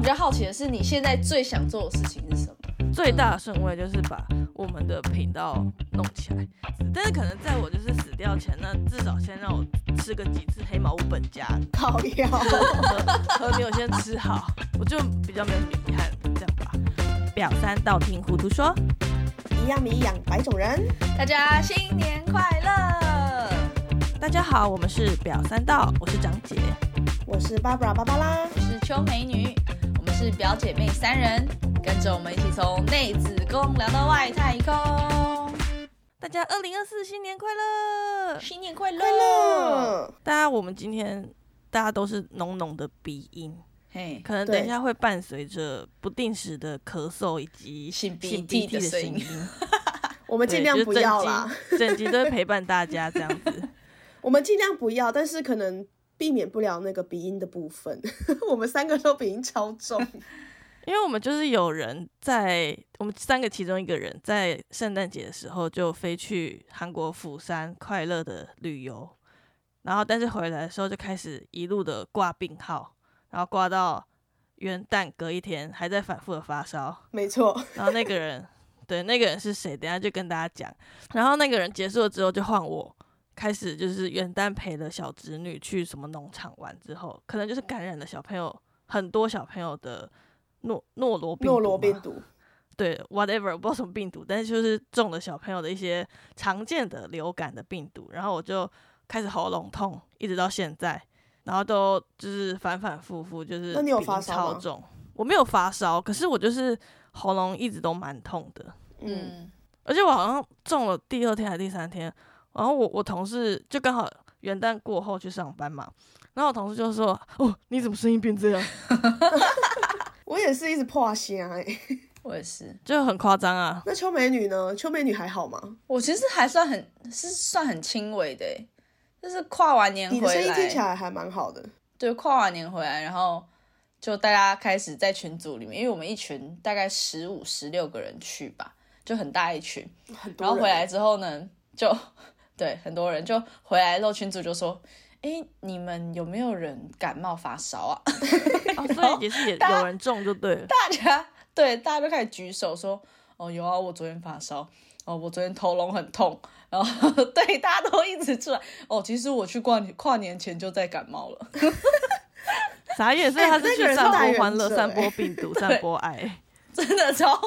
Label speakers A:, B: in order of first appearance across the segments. A: 比较好奇的是，你现在最想做的事情是什么？
B: 最大的顺位就是把我们的频道弄起来，但是可能在我就是死掉前呢，至少先让我吃个几次黑毛屋本家，
C: 靠药，
B: 和没有先吃好，我就比较没有什么遗憾，这样吧。表三道听糊涂说，
C: 一样米养百种人。
A: 大家新年快乐！
B: 大家好，我们是表三道，我是张姐，
C: 我是 Barbara 芭芭拉，
A: 我是秋美女，我们是表姐妹三人，跟着我们一起从内子宫聊到外太空。
B: 大家二零二四新年快乐！
A: 新年快乐！
C: 快乐。
B: 大家，我们今天大家都是浓浓的鼻音，
A: 嘿，
B: 可能等一下会伴随着不定时的咳嗽以及
A: 擤鼻
B: 擤
A: 涕
B: 涕
A: 的声
B: 声
A: 音
B: 音。
C: 我们
B: 对
C: 尽量
B: 就是
C: 不要啦，
B: 整集，整集都会陪伴大家这样子。
C: 我们尽量不要，但是可能避免不了那个鼻音的部分。 我们三个都鼻音超重，
B: 因为我们就是有人在我们三个其中一个人在圣诞节的时候就飞去韩国釜山快乐的旅游，然后但是回来的时候就开始一路的挂病号，然后挂到元旦隔一天还在反复的发烧，
C: 没错，
B: 然后那个人对那个人是谁，等一下就跟大家讲。然后那个人结束了之后就换我。开始就是元旦陪了小侄女去什么农场玩之后，可能就是感染了小朋友很多小朋友的诺诺罗病毒
C: 诺罗
B: 吗
C: 病毒。
B: 对 whatever 我不知道什么病毒，但是就是中了小朋友的一些常见的流感的病毒，然后我就开始喉咙痛，一直到现在，然后都就是反反复复，就是
C: 那你有
B: 鼻音
C: 发烧
B: 超
C: 吗
B: 重？我没有发烧，可是我就是喉咙一直都蛮痛的，
C: 嗯，
A: 嗯，
B: 而且我好像中了第二天还是第三天，然后我我同事就刚好元旦过后去上班嘛，然后我同事就说：“哦，你怎么声音变这样？
C: 我也是一直破虾哎、
A: 我也是，
B: 就很夸张 啊。”
C: 那秋美女呢？秋美女还好吗？
A: 我其实还算很是算很轻微的欸，就是跨完年
C: 你的声
A: 回
C: 音听起
A: 来，
C: 来还蛮好的。
A: 对，跨完年回来，然后就大家开始在群组里面，因为我们一群大概十五十六个人去吧，就很大一群，
C: 很多
A: 然后回
C: 人
A: 来之后呢，就 对很多人就回来之后，群主就说：“哎，你们有没有人感冒发烧啊？”
B: 哦，所以也是也
A: 大家
B: 有人中就对了。
A: 大家对大家都开始举手说：“哦，有啊，我昨天发烧，哦，我昨天喉咙很痛。”然后 对大家都一直出来哦，其实我去跨年跨年前就在感冒了。
B: 傻眼，所以他是去散播欢乐、
C: 哎哎那个人是大原则
B: 散播病 毒、散播爱。
A: 真的超，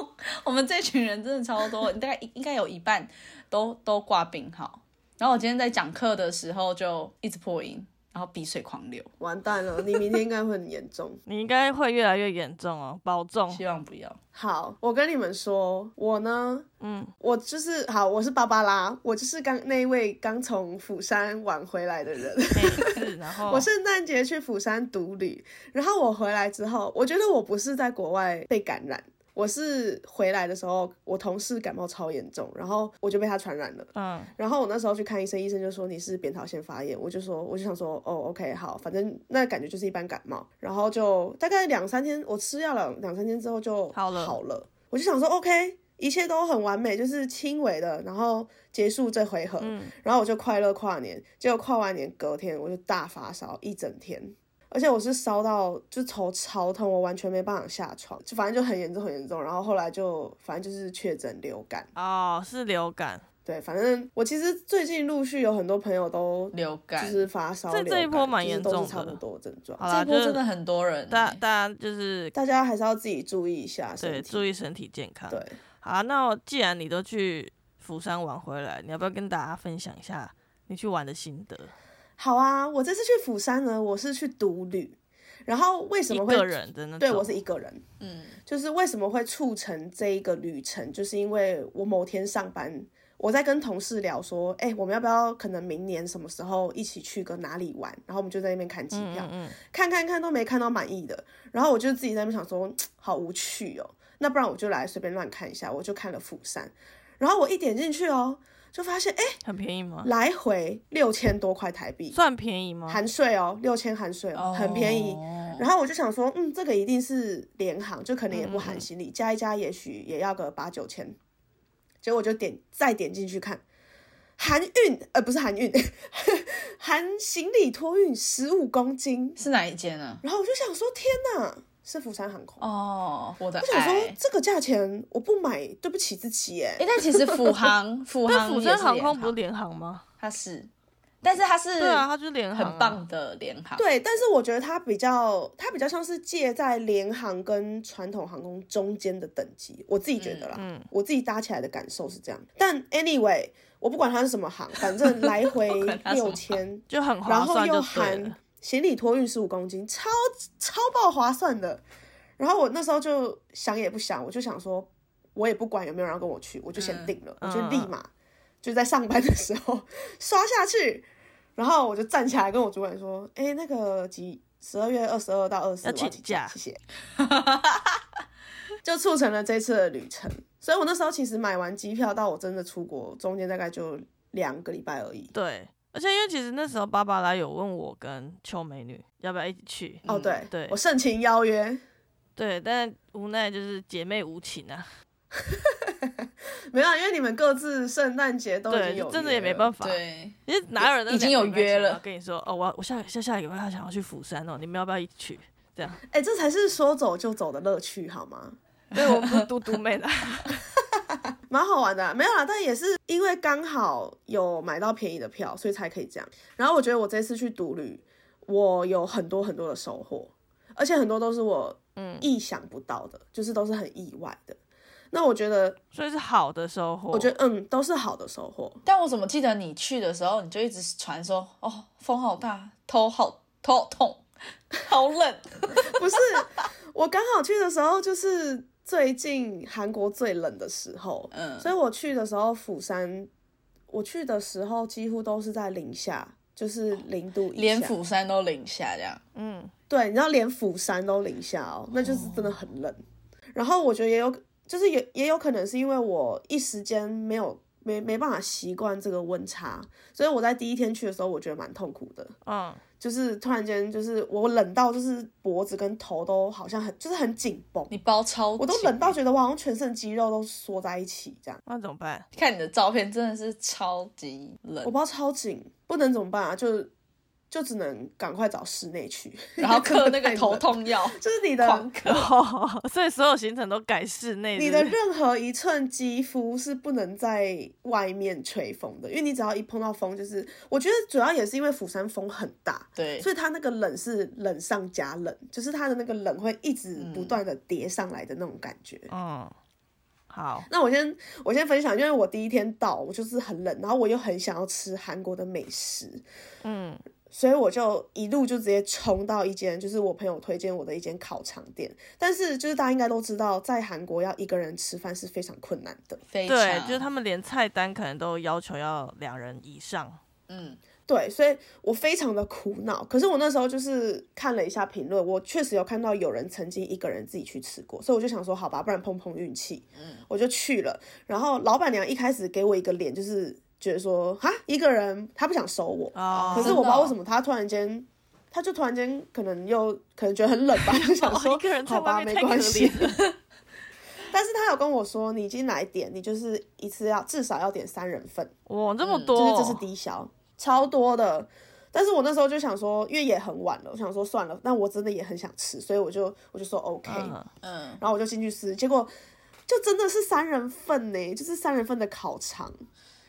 A: 我们这群人真的超多，大概应该有一半都都挂病号。然后我今天在讲课的时候就一直破音，然后鼻水狂流，
C: 完蛋了，你明天应该会很严重。
B: 你应该会越来越严重哦，保重。
A: 希望不要。
C: 好，我跟你们说，我呢，
B: 嗯，
C: 我就是好，我是芭芭拉，我就是刚那一位刚从釜山玩回来的人。
B: 每次，然后
C: 我圣诞节去釜山独旅，然后我回来之后，我觉得我不是在国外被感染，我是回来的时候，我同事感冒超严重，然后我就被他传染了。
B: 嗯，
C: 然后我那时候去看医生，医生就说你是扁桃腺发炎，我就说我就想说哦，OK 好，反正那感觉就是一般感冒，然后就大概两三天，我吃药了两三天之后就
B: 好了
C: 好了，我就想说 OK，一切都很完美，就是轻微的，然后结束这回合，
B: 嗯
C: 然后我就快乐跨年，结果跨完年隔天我就大发烧一整天。而且我是烧到就头超痛，我完全没办法下床，就反正就很严重很严重。然后后来就反正就是确诊流感，
B: 哦，是流感。
C: 对，反正我其实最近陆续有很多朋友都
A: 流
C: 就
A: 感，
C: 是发烧
B: 这
C: 流感，
B: 这一波蛮
C: 就是
B: 严
C: 都是
B: 重的
C: 差不多症状。
B: 好啦，
A: 这
B: 就
A: 波真的
B: 是
A: 很多人、
B: 大
A: 欸，
B: 大家就是
C: 大家还是要自己注意一下身
B: 对
C: 体。
B: 注意身体健康。
C: 对，
B: 好啊，那我既然你都去釜山玩回来，你要不要跟大家分享一下你去玩的心得？
C: 好啊！我这次去釜山呢，我是去独旅，然后为什
B: 一
C: 么会
B: 个人的那种，
C: 对我是一个人，
A: 嗯，
C: 就是为什么会促成这一个旅程，就是因为我某天上班，我在跟同事聊说，哎、我们要不要可能明年什么时候一起去个哪里玩？然后我们就在那边看机票，看看看都没看到满意的，然后我就自己在那边想说，好无趣哦，那不然我就来随便乱看一下，我就看了釜山，然后我一点进去哦，就发现哎、
B: 很便宜吗？
C: 来回六千多块台币，
B: 算便宜吗？
C: 含税哦，六千含税哦，很便宜。
A: 哦
C: 然后我就想说，嗯，这个一定是联航，就可能也不含行李，加一加也许也要个八九千。结果我就点再点进去看，含运呃不是含运， 含行李托运十五公斤，
A: 是哪一间啊？
C: 然后我就想说，天哪，是釜山航空。
A: 哦，我的
C: 我想
A: 爱。
C: 说这个价钱我不买，对不起自己耶。
A: 哎，但其 实辅航，辅
B: 但
A: 航
B: 啊釜
A: 也
B: 山
A: 是
B: 航
A: 联
B: 空不是联航吗？
A: 它是，但是它是
B: 对啊，它就是联航、
A: 很棒。的联航。
C: 对，但是我觉得它比较，它比较像是介在联航跟传统航空中间的等级，我自己觉得啦，
B: 嗯
C: 我自己搭起来的感受是这样。但 anyway，我不管它是什么航，反正来 回
A: 不管它什么
C: 六
A: 航
C: 千，
B: 就很
C: 然
B: 划
C: 后
B: 算，
C: 又
B: 就对
C: 含
B: 了。
C: 行李托运十五公斤，超超爆划算的。然后我那时候就想也不想，我就想说，我也不管有没有人要跟我去，我就先定了，
B: 嗯
C: 我就
B: 嗯
C: 立马就在上班的时候 刷下去，然后我就站起来跟我主管说：“哎，那个几十二月二十二到二十
B: 要
C: 我要
B: 请
C: 请
B: 假
C: 假，谢 谢。”就促成了这次的旅程。所以我那时候其实买完机票到我真的出国，中间大概就两个礼拜而已。
B: 对，而且因为其实那时候芭芭拉有问我跟邱美女要不要一起去，
C: 哦，
A: 嗯
C: 对，
B: 对
C: 我盛情邀约。
B: 对，但无奈就是姐妹无情啊，
C: 没有啊，因为你们各自圣诞节都已经
B: 对，
C: 有
B: 就真的也没
C: 法。
B: 办法，
A: 对，
B: 其实哪有人
A: 已经有约了
B: 我跟你说哦，我要我下下下礼拜他想要去釜山哦，你们要不要一起去？这样，
C: 哎、这才是说走就走的乐趣，好吗？
B: 对我们不是嘟嘟妹的，
C: 蛮好玩的啊、没有啦，但也是因为刚好有买到便宜的票，所以才可以这样。然后我觉得我这次去独旅，我有很多很多的收获，而且很多都是我
B: 嗯，
C: 意想不到的，就是都是很意外的。那我觉得，
B: 所以是好的收获。
C: 我觉得嗯，都是好的收获。
A: 但我怎么记得你去的时候，你就一直传说哦，风好大，头好头好 痛，好冷。
C: 不是，我刚好去的时候就是最近韩国最冷的时候，
A: 嗯
C: 所以我去的时候釜山，我去的时候几乎都是在零下，就是零度以下，
A: 哦连釜山都零下这样。
B: 嗯，
C: 对，你知道连釜山都零下哦，那就是真的很冷。然后我觉得也有，就是也也有可能是因为我一时间没有。没没办法习惯这个温差，所以我在第一天去的时候，我觉得蛮痛苦的。
B: 嗯，
C: 就是突然间，就是我冷到，就是脖子跟头都好像很，就是很紧绷。
A: 你包超紧，
C: 我都冷到觉得我好像全身肌肉都缩在一起这样，
B: 那怎么办？
A: 看你的照片，真的是超级
C: 我
A: 冷，
C: 不知道超紧，不能怎么办啊？就就只能赶快找室内去，
A: 然后嗑那个头痛 药，
C: 就是你的
A: 狂嗑。
B: 哦，所以所有行程都改室内。
C: 你
B: 是
C: 的
B: 不是
C: 任何一寸肌肤是不能在外面吹风的，因为你只要一碰到风，就是我觉得主要也是因为釜山风很大，
A: 对，
C: 所以它那个冷是冷上加冷，就是它的那个冷会一直
A: 嗯
C: 不断的叠上来的那种感觉。
B: 嗯，好，
C: 那我先我先分享，因为我第一天到，我就是很冷，然后我又很想要吃韩国的美食，
B: 嗯，
C: 所以我就一路就直接冲到一间，就是我朋友推荐我的一间烤肠店。但是就是大家应该都知道，在韩国要一个人吃饭是非常困难的。
A: 非常
B: 对，就是他们连菜单可能都要求要两人以上。
A: 嗯，
C: 对，所以我非常的苦恼。可是我那时候就是看了一下评论，我确实有看到有人曾经一个人自己去吃过，所以我就想说，好吧，不然碰碰运气，嗯，我就去了。然后老板娘一开始给我一个脸，就是觉得说，哈，一个人她不想收我，
B: 哦
C: 可是
A: 真
C: 我不知
A: 的
C: 道
A: 哦
C: 为什么她突然间。她就突然间可能又可能觉得很冷吧，就想
B: 哦
C: 说、
B: 一个人在
C: 好吧，
B: 外面
C: 没
B: 太可
C: 关系。
B: 怜了。
C: 但是她有跟我说，你已经来点，你就是一次要至少要点三人份，
B: 哇，这么
C: 嗯就
B: 多，哦
C: 是这是
A: 哦
C: 低消，超多的。但是我那时候就想说，因为也很晚了，我想说算了，那我真的也很想吃，所以我就我就说 OK，、
B: 嗯，
A: 嗯，
C: 然后我就进去吃，结果就真的是三人份呢，就是三人份的烤肠，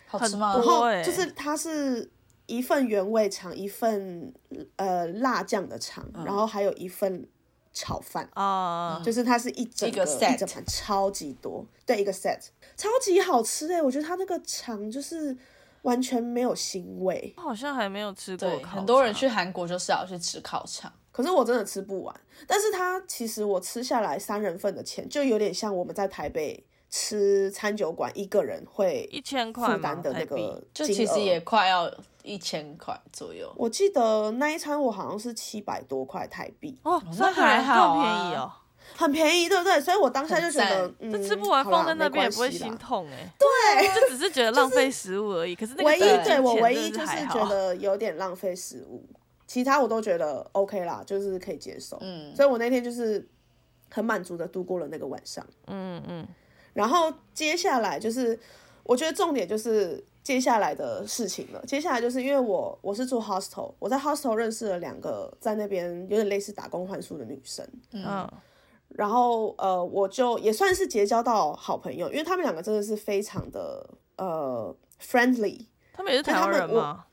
A: 好吃吗
B: 很
C: 然？
B: 多
C: 后
B: 欸
C: 就是它是一份原味肠，一份呃辣酱的肠，
A: 嗯
C: 然后还有一份炒饭。
B: 啊、
C: 就是它是一整
A: 一个 set
C: 一整盘，超级多，对，一个 set，超级好吃哎、我觉得它那个肠就是完全没有腥味，
B: 好像还没有吃过
A: 对，
B: 烤
A: 很多人
B: 肠
A: 去韩国就是要去吃烤肠，
C: 可是我真的吃不完，但是它其实我吃下来三人份的钱，就有点像我们在台北吃餐酒馆一个人会
B: 一千块
C: 负
B: 嘛，
C: 担的那
B: 台币哦
C: 个
A: 就
C: 金
A: 其
C: 额
A: 实也，快要一千块左右。
C: 我记得那一餐我好像是七百多块台币，
B: 哦，
A: 那
B: 三个
A: 还
B: 人
A: 好
B: 这
A: 啊
B: 么便宜哦，
C: 很便宜，对不对？所以我当下就觉
A: 很
C: 得
A: 赞，
C: 嗯，
B: 这吃不完
C: 好啦
B: 放在那边也不会。
C: 没关
B: 心
C: 系啦
B: 痛哎、对，就只是 觉得浪费食物而已。可是那个
C: 唯一
B: 真的
C: 对我
B: 钱
C: 唯
B: 真
C: 一
B: 的
C: 就是
B: 还好
C: 觉得有点浪费食物，其他我都觉得 OK 啦，就是可以接受。
A: 嗯，
C: 所以我那天就是很满足的度过了那个晚上。
B: 嗯嗯，
C: 然后接下来就是我觉得重点就是接下来的事情了。接下来就是因为我我是住 hostel，我在 hostel 认识了两个在那边有点类似打工换宿的女生，
B: 嗯，
C: 然后呃，我就也算是结交到好朋友，因为他们两个真的是非常的呃 friendly，
B: 他们也是
C: 但
B: 台
C: 他
B: 湾
C: 们
B: 人
C: 我
B: 吗？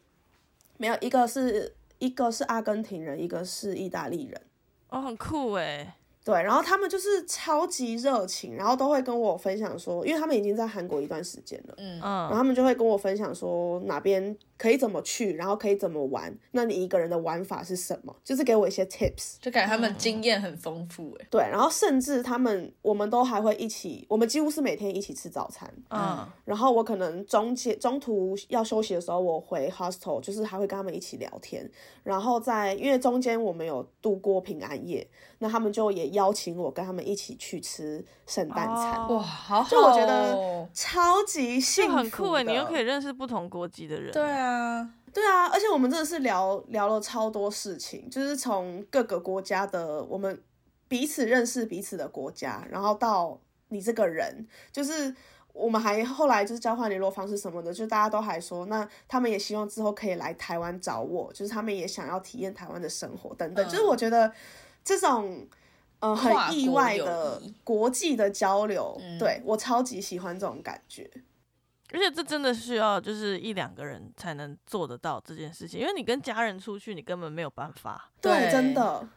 C: 没有一个是一个是阿根廷人，一个是意大利人。
B: 哦，很酷哎，
C: 对，然后他们就是超级热情，然后都会跟我分享说，因为他们已经在韩国一段时间了，然后
B: 嗯，
C: 他们就会跟我分享说哪边可以怎么去，然后可以怎么玩，那你一个人的玩法是什么，就是给我一些 tips。
A: 就感觉他
B: 嗯
A: 们经验很丰富哎、
C: 对，然后甚至他们我们都还会一起，我们几乎是每天一起吃早餐。
B: 嗯，
C: 然后我可能中间中途要休息的时候，我回 hostel，就是还会跟他们一起聊天。然后在因为中间我们有度过平安夜，那他们就也邀请我跟他们一起去吃圣诞餐，
B: 哦
A: 哇，好好、哦，
C: 就我觉得超级幸
B: 就
C: 福的，
B: 很酷哎，你又可以
C: 以
B: 认识不同国籍的人，欸
A: 对，啊，
C: 对啊，而且我们真的是聊聊了超多事情，就是从各个国家的我们彼此认识彼此的国家，然后到你这个人，就是我们还后来就是交换联络方式什么的，就大家都还说，那他们也希望之后可以来台湾找我，就是他们也想要体验台湾的生活等等，
A: 嗯
C: 就是我觉得这种。呃，很
A: 跨国
C: 意外
A: 友
C: 的
A: 谊
C: 国际的交流，
A: 嗯
C: 对我超级喜欢这种感觉。
B: 而且这真的需要就是一两个人才能做得到这件事情，因为你跟家人出去，你根本没有办法。
A: 对
C: 真的，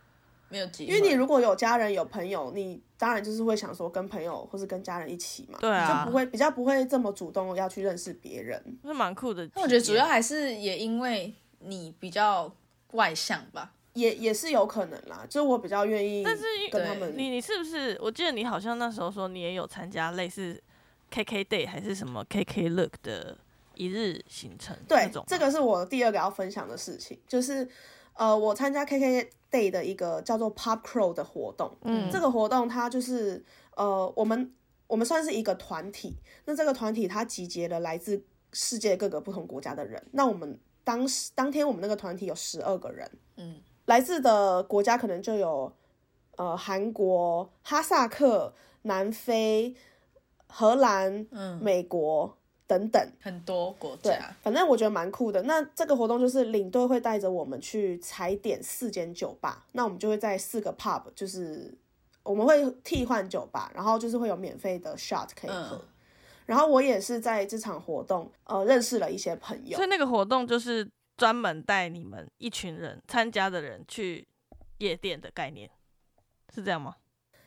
A: 没有机
C: 因
A: 会，
C: 为你如果有家人有朋友，你当然就是会想说跟朋友或是跟家人一起嘛，
B: 对啊
C: 你就不会比较不会这么主动要去认识别人。
B: 是蛮酷的体验。
A: 那我觉得主要还是也因为你比较外向吧，
C: 也也是有可能啦，就是我比较愿意，
B: 但是
C: 跟他们
B: 你你是不是？我记得你好像那时候说你也有参加类似 KK Day 还是什么 KK Look 的一日行程那
C: 对
B: 种吗，
C: 这个是我第二个要分享的事情，就是呃，我参加 KK Day 的一个叫做 Pop Crow 的活动，
B: 嗯
C: 这个活动它就是呃，我们我们算是一个团体，那这个团体它集结了来自世界各个不同国家的人，那我们当时当天我们那个团体有十二个人。
A: 嗯，
C: 来自的国家可能就有呃韩国、哈萨克、南非、荷兰、
A: 嗯
C: 美国等等。
A: 很多国
C: 对
A: 家，，
C: 反正我觉得蛮酷的。那这个活动就是领队会带着我们去踩点四间酒吧，那我们就会在四个 pub，就是我们会替换酒吧，然后就是会有免费的 shot 可以喝。
A: 嗯
C: 然后我也是在这场活动，呃，认识了一些朋友
B: 所以。那个活动就是专门带你们一群人参加的人去夜店的概念，是这样吗？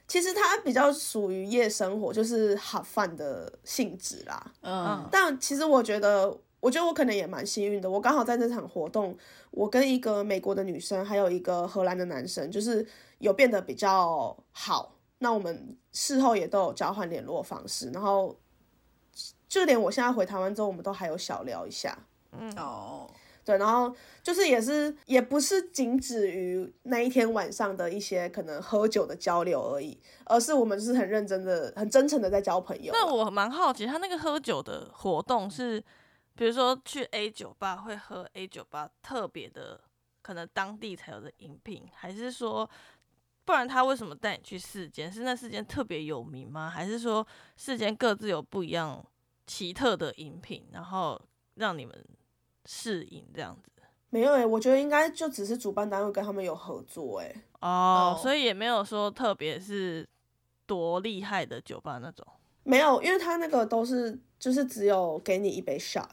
C: 其实它比较属于夜生活，就是 have fun 的性质啦。
A: 嗯，
C: 但其实我觉得，我觉得我可能也蛮幸运的。我刚好在这场活动，我跟一个美国的女生，还有一个荷兰的男生，就是有变得比较好。那我们事后也都有交换联络方式，然后就连我现在回台湾之后，我们都还有小聊一下。
B: 嗯
A: 哦，
C: 对，然后就是也是也不是仅止于那一天晚上的一些可能喝酒的交流而已，而是我们就是很认真的、很真诚的在交朋友啊。
B: 那我蛮好奇，他那个喝酒的活动是，比如说去 A 酒吧会喝 A 酒吧特别的，可能当地才有的饮品，还是说，不然他为什么带你去四间？是那四间特别有名吗？还是说四间各自有不一样奇特的饮品，然后让你们试饮这样子？
C: 没有诶、欸我觉得应该就只是主办单位跟他们有合作诶、欸
B: 哦
A: 哦
B: 所以也没有说特别是多厉害的酒吧那种。
C: 没有，因为他那个都是就是只有给你一杯 shot，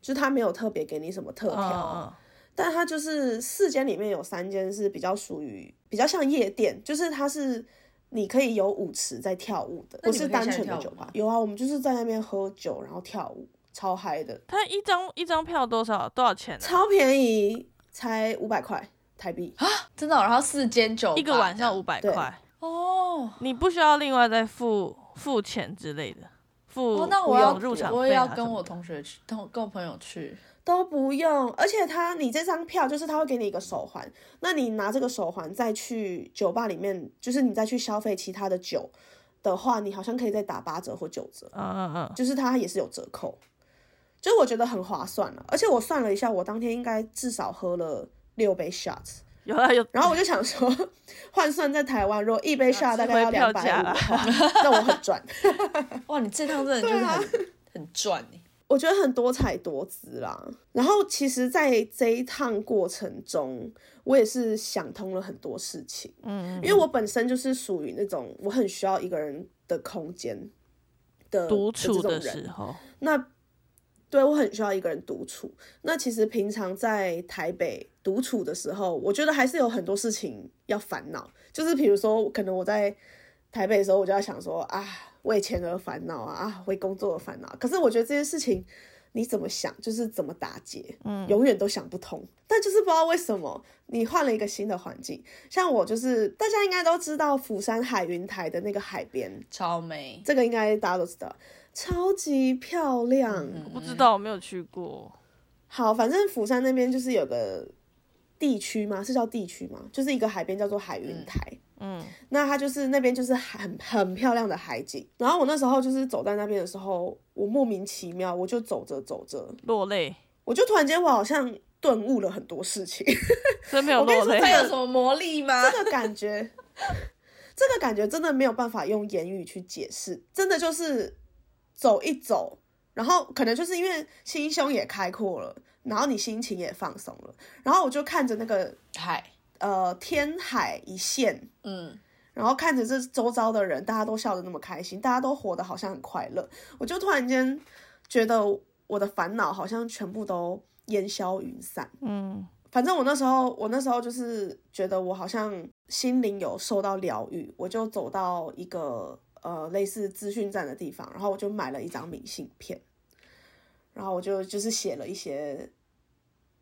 C: 就是他没有特别给你什么特调，啊
B: 嗯
C: 但他就是四间里面有三间是比较属于比较像夜店，就是它是你可以有舞池在跳舞的，
A: 那
C: 不
A: 你
C: 是
A: 们可以
C: 单
A: 下去
C: 纯
A: 跳
C: 的
A: 舞
C: 酒吧
A: 吗。
C: 有啊，我们就是在那边喝酒然后跳舞，超嗨的，
B: 他一张一张票多少多少钱、啊？
C: 超便宜，才五百块台币。
A: 真的哦、然后四间酒吧
B: 一个晚上五
A: 这
B: 百
C: 对
B: 块，
A: 样哦。
B: 你不需要另外再付付钱之类的，付
A: 哦，那我要
B: 有入场费啊
A: 我也要
B: 什
A: 跟
B: 么
A: 我
B: 的
A: 同学去，同跟我朋友去，
C: 都不用，而且他你这张票就是他会给你一个手环，那你拿这个手环再去酒吧里面，就是你再去消费其他的酒的话，你好像可以再打八折或九折，
B: 嗯嗯嗯，
C: 就是它也是有折扣，就是我觉得很划算了、啊而且我算了一下，我当天应该至少喝了六杯 shots，
B: 有啊有，
C: 然后我就想说， 换算在台湾，如果一杯 shot 大概要
B: 值回票
C: 两
B: 价
C: 百五
B: 啦
C: 的话，那我很赚。
A: 啊哇，你这趟真的就是很、很赚哎、
C: 我觉得很多彩多姿啦。然后其实，在这一趟过程中，我也是想通了很多事情。嗯，因为我本身就是属于那种我很需要一个人的空间的
B: 独处
C: 的这
B: 的
C: 种人
B: 时。候，
C: 那对我很需要一个人独处。那其实平常在台北独处的时候，我觉得还是有很多事情要烦恼。就是比如说，可能我在台北的时候，我就要想说啊，为钱而烦恼啊，啊，为工作而烦恼。可是我觉得这些事情。你怎么想，就是怎么打结，嗯，永远都想不通。但就是不知道为什么，你换了一个新的环境，像我就是大家应该都知道釜山海云台的那个海边，
A: 超美。
C: 这个应该大家都知道，超级漂亮。
B: 我不
A: 嗯
B: 知道，我没有去过。
C: 好，反正釜山那边就是有个地区嘛，是叫地区嘛，就是一个海边叫做海云台。
B: 嗯，
C: 那它就是那边就是很很漂亮的海景。然后我那时候就是走在那边的时候，我莫名其妙我就走着走着，
B: 落泪，
C: 我就突然间我好像顿悟了很多事情。
B: 真没有
C: 我跟你
B: 落
C: 说
B: 泪
A: 它。有什么魔力吗？
C: 这个感觉，这个感觉真的没有办法用言语去解释，真的就是走一走，然后可能就是因为心胸也开阔了，然后你心情也放松了，然后我就看着那个
A: 嗨，
C: 呃天海一线，
A: 嗯，
C: 然后看着这周遭的人，大家都笑得那么开心，大家都活得好像很快乐，我就突然间觉得我的烦恼好像全部都烟消云散。
B: 嗯，
C: 反正我那时候，我那时候就是觉得我好像心灵有受到疗愈，我就走到一个呃类似资讯站的地方，然后我就买了一张明信片，然后我就就是写了一些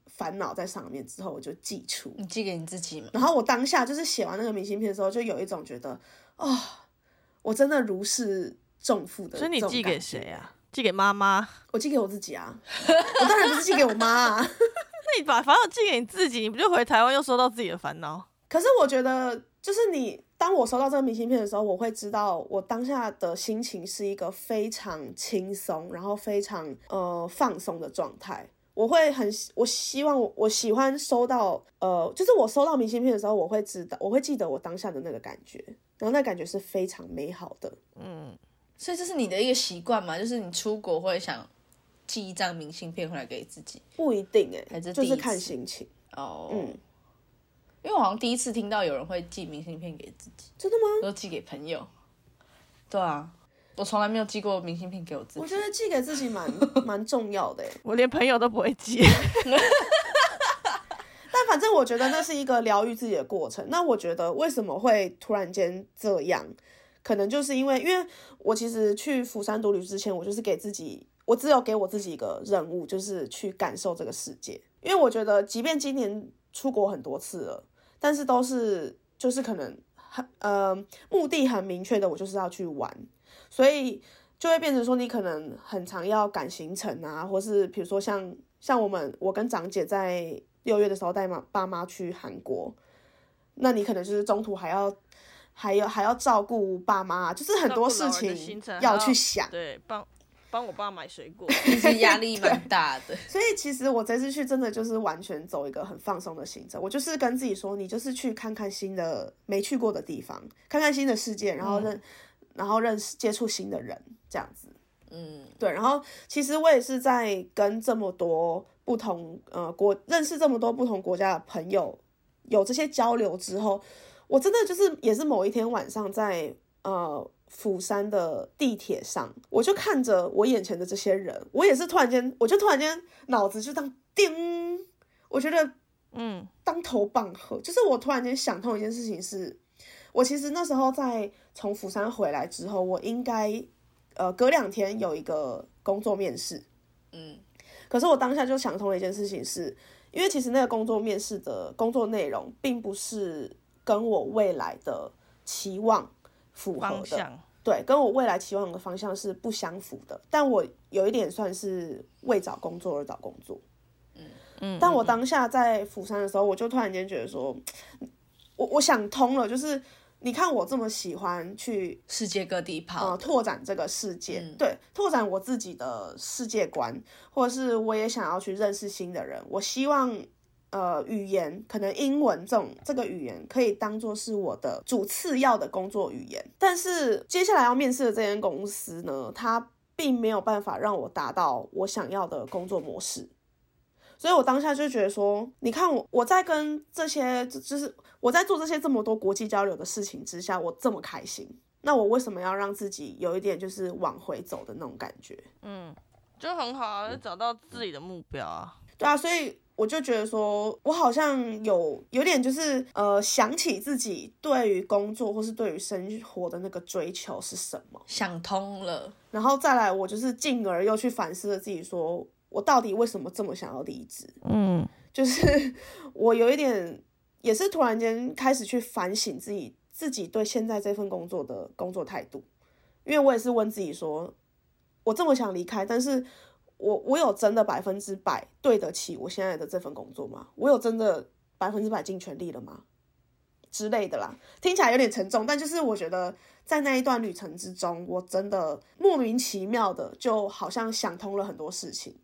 C: 烦恼在上面之后，我就寄出。
B: 嗯
A: 你寄给你自己嘛。
C: 然后我当下就是写完那个明信片的时候，就有一种觉得，哦，我真的如释重负的。
B: 所以你寄给谁？啊？寄给妈妈？
C: 我寄给我自己啊，我当然不是寄给我妈、啊。
B: 那你把烦恼寄给你自己，你不就回台湾又收到自己的烦恼？
C: 可是我觉得，就是你当我收到这个明信片的时候，我会知道我当下的心情是一个非常轻松，然后非常呃放松的状态。我会很，我希望我我喜欢收到，呃，就是我收到明信片的时候，我会知道，我会记得我当下的那个感觉，然后那感觉是非常美好的。
A: 所以这是你的一个习惯嘛，就是你出国会想寄一张明信片回来给自己。
C: 不一定哎、
A: 还是
C: 就
A: 第一
C: 是看
A: 次
C: 心情。
A: 哦，
C: 嗯，
A: 因为我好像第一次听到有人会寄明信片给自己，
C: 真的吗？
A: 都寄给朋友。对啊，我从来没有寄过明信片给我自
C: 我
A: 己
C: 觉。得寄给自己蛮蛮重要的哎、
B: 我连朋友都不会寄。
C: 但反正我觉得那是一个疗愈自己的过程。那我觉得为什么会突然间这样，可能就是因为，因为我其实去釜山独旅之前，我就是给自己，我只有给我自己一个任务，就是去感受这个世界。因为我觉得，即便今年出国很多次了，但是都是就是可能很呃目的很明确的，我就是要去玩，所以就会变成说你可能很常要赶行程啊，或是比如说像像我们我跟长姐在六月的时候带妈爸妈去韩国，那你可能就是中途还要还要还要照顾爸妈啊，就是很多
B: 照顾老
C: 事
B: 人的
C: 情
B: 行程
C: 要
B: 还
C: 去想。
B: 对，帮帮我爸买水果。
A: 其实压力蛮大的，
C: 所以其实我这次去真的就是完全走一个很放松的行程，我就是跟自己说，你就是去看看新的没去过的地方，看看新的世界，然后认，然后认识接触新的人，这样子。
A: 嗯，
C: 对，然后其实我也是在跟这么多不同呃国认识这么多不同国家的朋友有这些交流之后，我真的就是也是某一天晚上在呃釜山的地铁上，我就看着我眼前的这些人，我也是突然间，我就突然间脑子就当叮，我觉得
B: 嗯，
C: 当头棒喝，就是我突然间想通一件事情是，我其实那时候在从釜山回来之后，我应该呃隔两天有一个工作面试，
A: 嗯，
C: 可是我当下就想通了一件事情是，因为其实那个工作面试的工作内容并不是跟我未来的期望符合
B: 方
C: 的，
B: 向。
C: 对，跟我未来期望的方向是不相符的。但我有一点算是为找工作而找工作。
B: 嗯，
C: 但我当下在釜山的时候，我就突然间觉得说，我我想通了，就是你看我这么喜欢去
A: 世界各地跑，
C: 呃拓展这个世界，
A: 嗯
C: 对，拓展我自己的世界观，或者是我也想要去认识新的人。我希望呃语言可能英文这种这个语言可以当做是我的主次要的工作语言，但是接下来要面试的这间公司呢，它。并没有办法让我达到我想要的工作模式。所以我当下就觉得说，你看我我在跟这些就就是我在做这些这么多国际交流的事情之下，我这么开心，那我为什么要让自己有一点就是往回走的那种感觉？
B: 嗯，就很好啊，就找到自己的目标啊。
C: 对啊，所以我就觉得说，我好像有有点就是呃，想起自己对于工作或是对于生活的那个追求是什么，
A: 想通了，
C: 然后再来我就是进而又去反思了自己说，我到底为什么这么想要离职？
B: 嗯，
C: 就是 我有一点也是突然间开始去反省自己自己对现在这份工作的工作态度，因为我也是问自己说，我这么想离开，但是我我有真的百分之百对得起我现在的这份工作吗？我有真的百分之百尽全力了吗？之类的啦，听起来有点沉重，但就是我觉得在那一段旅程之中，我真的莫名其妙的就好像想通了很多事情，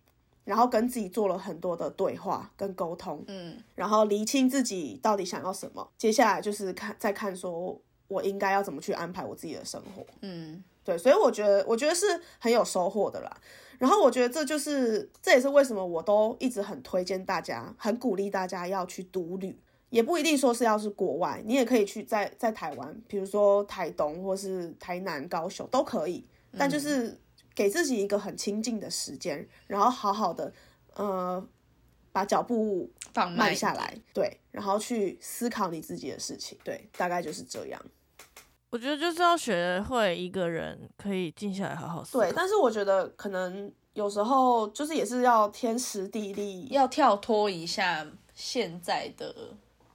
C: 然后跟自己做了很多的对话跟沟通，
A: 嗯，
C: 然后厘清自己到底想要什么，接下来就是看再看说我应该要怎么去安排我自己的生活。
A: 嗯，
C: 对，所以我觉得我觉得是很有收获的啦。然后我觉得这就是这也是为什么我都一直很推荐大家，很鼓励大家要去独旅。也不一定说是要是国外，你也可以去在在台湾，比如说台东或是台南、高雄都可以，
A: 嗯
C: 但就是给自己一个很清静的时间，然后好好的呃把脚步
A: 放慢
C: 慢
A: 一
C: 下
A: 点，
C: 来，对，然后去思考你自己的事情，对，大概就是这样。
B: 我觉得就是要学会一个人可以静下来好好思考。
C: 对，但是我觉得可能有时候就是也是要天时地利，
A: 要跳脱一下现在的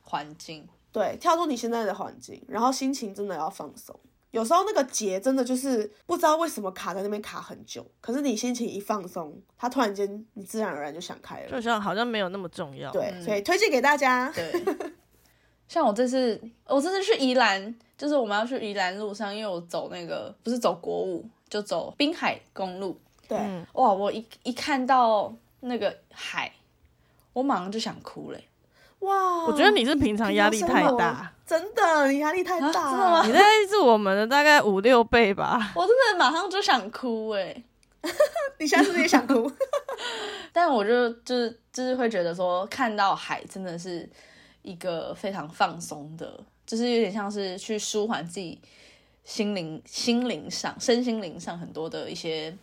A: 环境，
C: 对，跳出你现在的环境，然后心情真的要放松。有时候那个结真的就是不知道为什么卡在那边卡很久，可是你心情一放松，它突然间你自然而然就想开了。
B: 就像好像没有那么重要。
C: 对，
A: 嗯
C: 所以推荐给大家。
A: 对， 像我这次，我这次去宜兰，就是我们要去宜兰路上，因为我走那个不是走国五，就走滨海公路。
C: 对，
B: 嗯
A: 哇，我一一看到那个海，我马上就想哭嘞、
C: 哇，
B: 我觉得你是平常压力太
C: 平常生
B: 大啊
C: 活，真的，你压力太
A: 啊
C: 大、
A: 真的吗
B: 你那是我们的大概五六倍吧。
A: 我真的马上就想哭哎、
C: 你现在是不是也想哭？
A: 但我就就是就是会觉得说，看到海真的是一个非常放松的，就是有点像是去舒缓自己心灵、心灵上、身心灵上很多的一些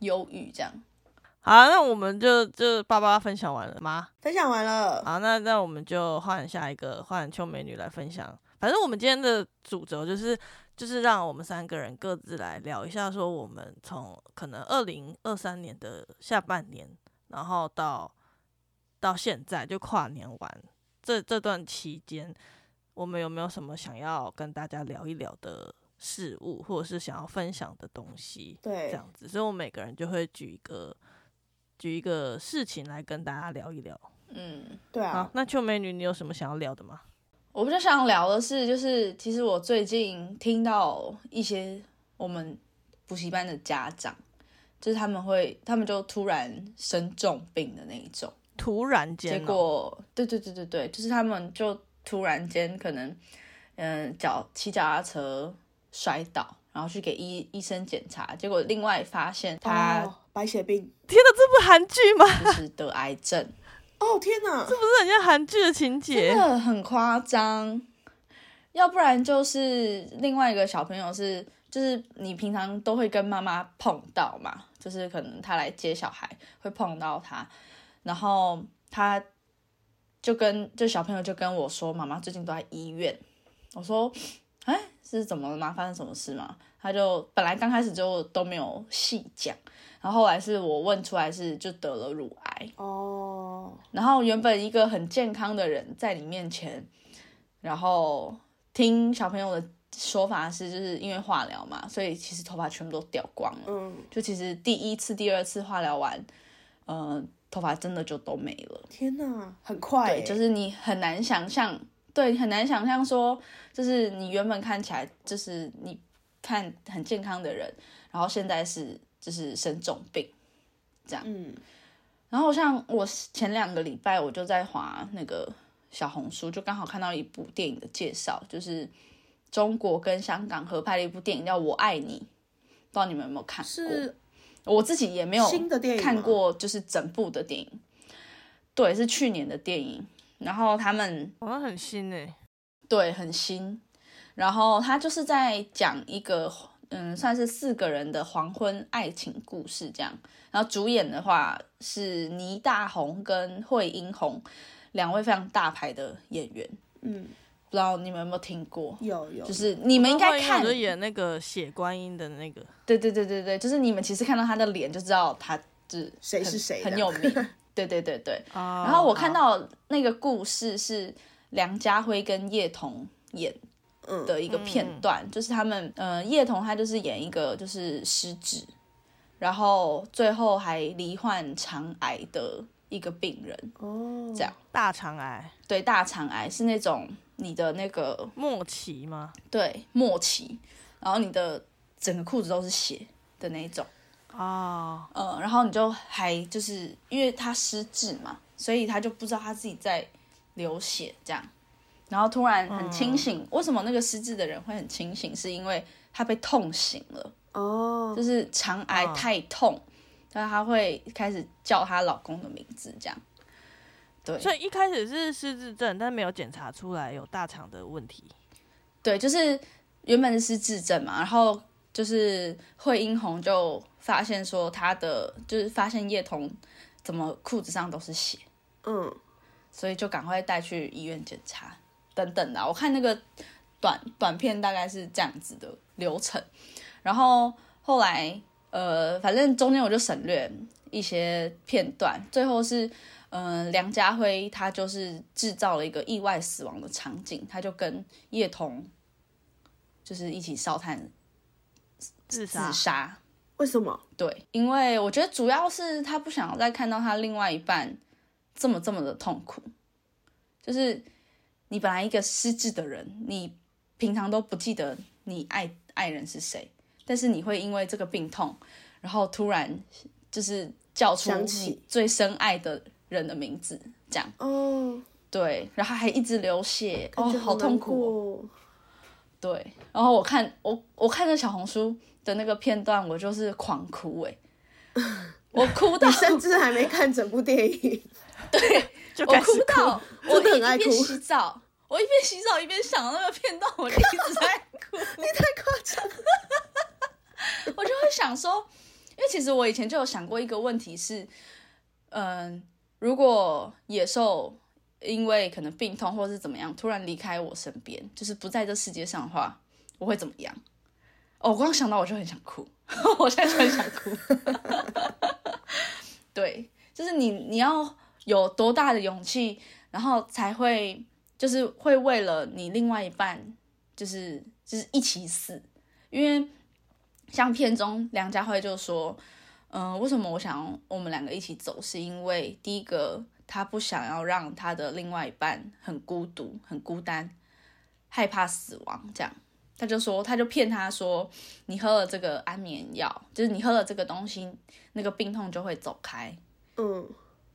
A: 忧郁，这样。
B: 好，那我们就就爸爸分享完了吗？
C: 分享完了，
B: 好，那那我们就换下一个，换秋美女来分享。反正我们今天的主轴就是，就是让我们三个人各自来聊一下，说我们从可能二零二三年的下半年，然后到到现在就跨年完这这段期间，我们有没有什么想要跟大家聊一聊的事物，或者是想要分享的东西？
C: 对
B: 这样子，所以我们每个人就会举一个举一个事情来跟大家聊一聊。
A: 嗯，
C: 对啊
B: 好，，那秋美女，你有什么想要聊的吗？
A: 我比较想聊的是，就是其实我最近听到一些我们补习班的家长，就是他们会，他们就突然生重病的那一种。
B: 突然间哦、
A: 结果，对对对对对，就是他们就突然间可能，嗯，脚骑脚踏车摔倒，然后去给医医生检查，结果另外发现他
C: 哦、白血病，
B: 天哪，这不韩剧吗？
A: 就是得癌症，
C: 哦天哪，
B: 这不是很像韩剧的情节
A: 真？的很夸张。要不然就是另外一个小朋友是，就是你平常都会跟妈妈碰到嘛，就是可能他来接小孩会碰到他，然后他就跟这小朋友就跟我说，妈妈最近都在医院。我说，哎，是怎么了吗？发生什么事吗？他就本来刚开始就都没有细讲，然后后来是我问出来是就得了乳癌，
C: 哦，
A: 然后原本一个很健康的人在你面前，然后听小朋友的说法是，就是因为化疗嘛，所以其实头发全部都掉光了。
C: 嗯，
A: 就其实第一次、第二次化疗完，呃，头发真的就都没了。
C: 天哪，很快欸、
A: 对，就是你很难想象，对，很难想象说，就是你原本看起来就是你看很健康的人，然后现在是就是生重病。
C: 嗯，
A: 然后像我前两个礼拜我就在滑那个小红书，就刚好看到一部电影的介绍，就是中国跟香港合拍的一部电影叫《我爱你》，不知道你们有没有看过？
C: 是
A: 我自己也没有
C: 新的电影吗
A: 看过，就是整部的电影。对，是去年的电影。然后他们
B: 好像很新欸诶、
A: 对，很新。然后他就是在讲一个，嗯，算是四个人的黄昏爱情故事这样。然后主演的话是倪大红跟惠英红两位非常大牌的演员，
C: 嗯，
A: 不知道你们有没有听过？
C: 有有，
A: 就是你们应
B: 惠
A: 该
B: 英
A: 看
B: 红，就演那个血观音的那个，
A: 对对对对对，就是你们其实看到他的脸就知道他就是
C: 谁
A: 很
C: 是谁
A: 很
C: 的
A: 有名。对对对对，
B: 然
A: 哦然后我看到那个故事是梁家辉跟叶童演
C: 嗯
A: 的一个片段，就是他们呃叶童他就是演一个就是失智，然后最后还罹患肠癌的一个病人，
C: 哦，
A: 这样
B: 大肠癌
A: 对大肠癌是那种你的那个
B: 末期吗？
A: 对末期，然后你的整个裤子都是血的那一种。
B: 哦，
A: 呃，然后你就还就是因为他失智嘛，所以他就不知道他自己在流血这样，然后突然很清醒。
B: 嗯
A: 为什么那个失智的人会很清醒？是因为他被痛醒了，
C: 哦，
A: 就是肠癌
B: 嗯
A: 太痛，但他会开始叫她老公的名字这样。对，
B: 所以一开始是失智症，但没有检查出来有大肠的问题。
A: 对，就是原本是失智症嘛，然后就是惠英红就发现说她的就是发现叶童怎么裤子上都是血。
C: 嗯，
A: 所以就赶快带去医院检查等等的。我看那个短短片大概是这样子的流程，然后后来呃，反正中间我就省略一些片段，最后是。嗯、梁家辉他就是制造了一个意外死亡的场景，他就跟叶童就是一起烧炭
B: 自杀
A: 自杀，
C: 为什么？
A: 对，因为我觉得主要是他不想再看到他另外一半这么这么的痛苦，就是你本来一个失智的人，你平常都不记得你爱爱人是谁，但是你会因为这个病痛，然后突然就是叫出
C: 想起
A: 你最深爱的人的名字，这样
C: 哦，对，
A: 对，然后还一直流血，哦，
C: 感觉
A: 好痛
C: 难
A: 苦哦、
C: 过。
A: 对，然后我看我我看着小红书的那个片段，我就是狂哭哎、我哭到
C: 你甚至还没看整部电影，
B: 就
A: 我
B: 开始
A: 哭到我
C: 真的
A: 一
C: 很爱
A: 一边
C: 哭
A: 洗澡，我一边洗澡一边想到那个片段，我就一直在哭，
C: 你太夸张了。
A: 我就会想说，因为其实我以前就有想过一个问题是，嗯，如果野兽因为可能病痛或是怎么样突然离开我身边，就是不在这世界上的话，我会怎么样？哦，我光想到我就很想哭， 我现在就很想哭。 对，就是你你要有多大的勇气，然后才会就是会为了你另外一半，就是就是一起死，因为像片中梁家辉就说，嗯、为什么我想要我们两个一起走，是因为第一个他不想要让他的另外一半很孤独、很孤单，害怕死亡这样。他就说，他就骗他说，你喝了这个安眠药，就是你喝了这个东西，那个病痛就会走开。
C: 嗯，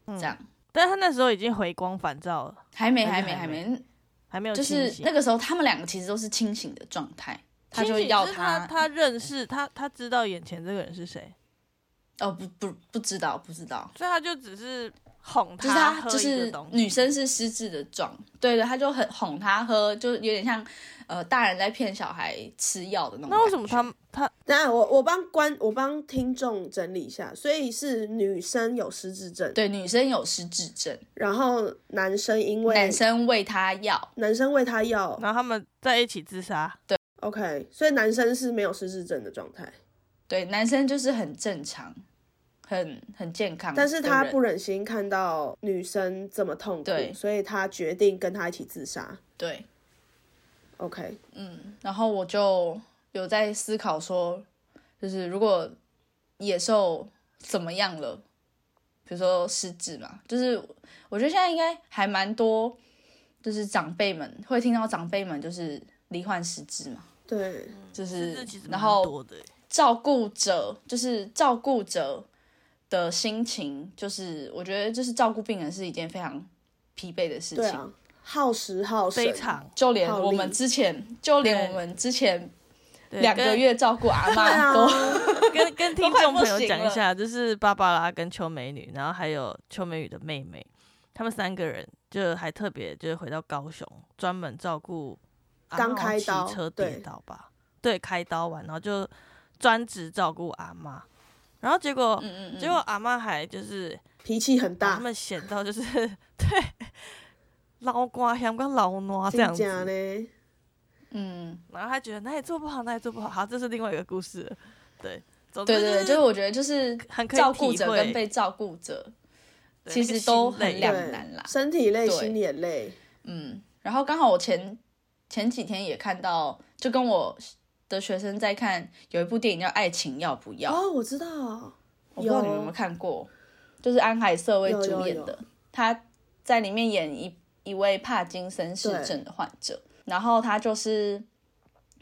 A: 这样、
B: 但是他那时候已经回光返照了，
A: 还没，还
B: 还是
A: 没，
B: 还
A: 还
B: 没
A: 没，
B: 还没有
A: 就
B: 清
A: 是
B: 醒
A: 那个时候他们两个其实都是清醒的状态，他
B: 清
A: 就
B: 醒
A: 要
B: 是他
A: 他嗯
B: 他认识他，他知道眼前这个人是谁，
A: 哦不不不知道不知道，
B: 所以他就只是哄
A: 就是
B: 他
A: 他
B: 喝
A: 就
B: 一个
A: 是
B: 东西。
A: 女生是失智的状，对对，他就很哄他喝，就有点像呃大人在骗小孩吃药的那种感觉。
B: 那为什么他他
C: 等一下我我帮观我帮听众整理一下，所以是女生有失智症，
A: 对女生有失智症，
C: 然后男生因为
A: 男生喂她药，
C: 男生为他要
B: 然后他们在一起自杀？
C: OK，所以男生是没有失智症的状态，
A: 对男生就是很正常，很很健康的
C: 但
A: 人，
C: 是他不忍心看到女生这么痛苦
A: 对，
C: 所以他决定跟他一起自杀。
A: 对，
C: OK，
A: 然后我就有在思考说，就是如果野兽怎么样了，比如说失智嘛，就是我觉得现在应该还蛮多，就是长辈们会听到长辈们就是罹患失智嘛，
C: 对，
A: 就
B: 这
A: 是
B: 嗯其实
A: 然
B: 蛮
A: 后
B: 多的耶，
A: 照顾者，就是照顾者的心情，就是我觉得就是照顾病人是一件非常疲惫的事
C: 对
A: 情。
C: 啊，耗时耗神，
B: 非常
A: 就连
C: 好
A: 我
C: 力
A: 们之前，就连
B: 对
A: 我们之前
B: 对
A: 两个
B: 跟
A: 月照顾阿
C: 对
A: 妈
C: 啊
A: 都，
B: 跟跟听
A: 快
B: 众
A: 不
B: 朋友
A: 行
B: 讲一
A: 了
B: 下，就是芭芭拉跟秋美女，然后还有秋美女的妹妹，他们三个人就还特别就是回到高雄，专门照顾阿嬷
C: 刚开刀
B: 骑车跌
C: 对
B: 倒吧，对，开刀完，然后就专职照顾阿妈，然后结果、
A: 嗯嗯嗯，
B: 结果阿妈还就是
C: 脾气很
B: 把他
C: 大，
B: 们闲到就是 对捞瓜香跟捞瓜这样子，
C: 真的呢？
A: 嗯，
B: 然后他觉得哪里做不好哪里做不好，好，这是另外一个故事了，对，总之
A: 对对对，就是是我觉得就是
B: 很可以
A: 照顾
B: 体
A: 者
B: 会
A: 跟被照顾者，
B: 对
A: 其
B: 那个
A: 实都
B: 心
A: 很
B: 累
A: 两
C: 对
A: 难啦
C: 身体累，
A: 对
C: 心也累，
A: 嗯，然后刚好我前前几天也看到，就跟我的学生在看有一部电影叫《爱情要不要》，啊
C: 哦，我知道，
A: 我不知道你们有没有看过，就是安海瑟薇
C: 有
A: 主
C: 有
A: 演
C: 有
A: 的，她在里面演一一位帕金森氏
C: 对
A: 症的患者，然后她就是。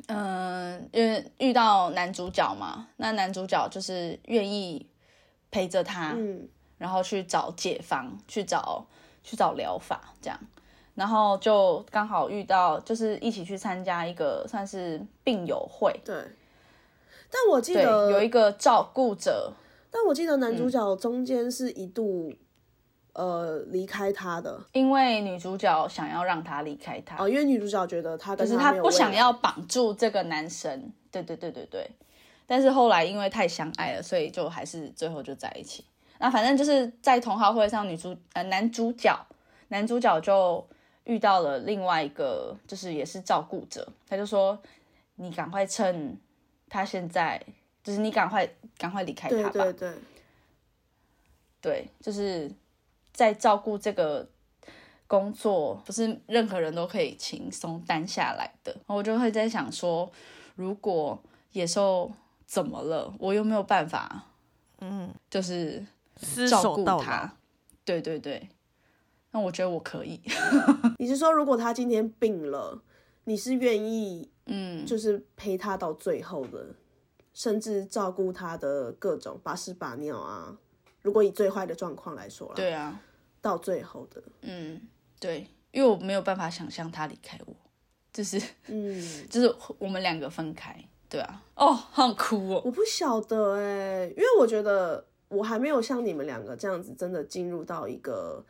A: 嗯，因为遇到男主角嘛，那男主角就是愿意陪着她，
C: 嗯，
A: 然后去找解方，去找去找疗法这样。然后就刚好遇到，就是一起去参加一个算是病友会，
C: 对。但我记
A: 对，
C: 得
A: 有一嗯个照顾者，
C: 但我记得男主角中间是一度、呃离开他的
A: 因为女主角想要让他离开他，
C: 哦，因为女主角觉得他
A: 可
C: 跟
A: 是
C: 他
A: 她
C: 没有
A: 不
C: 未
A: 想
C: 来
A: 要绑住这个男生，对对对对对。但是后来因为太相爱了，所以就还是最后就在一起。那反正就是在同好会上，女主呃男主角男主角就遇到了另外一个，就是也是照顾者，他就说：“你赶快趁他现在，就是你赶快赶快离开他
C: 对
A: 吧。
C: 对对，
A: 对，就是在照顾这个工作，不是任何人都可以轻松担下来的。我就会在想说，如果野兽怎么了，我有没有办法，
B: 嗯。
A: 就是
B: 厮
A: 照顾
B: 守到老
A: 他。？对对对，那我觉得我可 以。
C: 你是说如果他今天病了，你是愿意
A: 嗯，
C: 就是陪他到最后的，甚至照顾他的各种把屎把尿啊，如果以最坏的状况来说啦，
A: 对啊，
C: 到最后的，
A: 嗯，对，因为我没有办法想象他离开我，就是，
C: 嗯
A: 就是我们两个分开。对啊，哦，好想哭哦。
C: 我不晓得哎、因为我觉得我还没有像你们两个这样子，真的进入到一个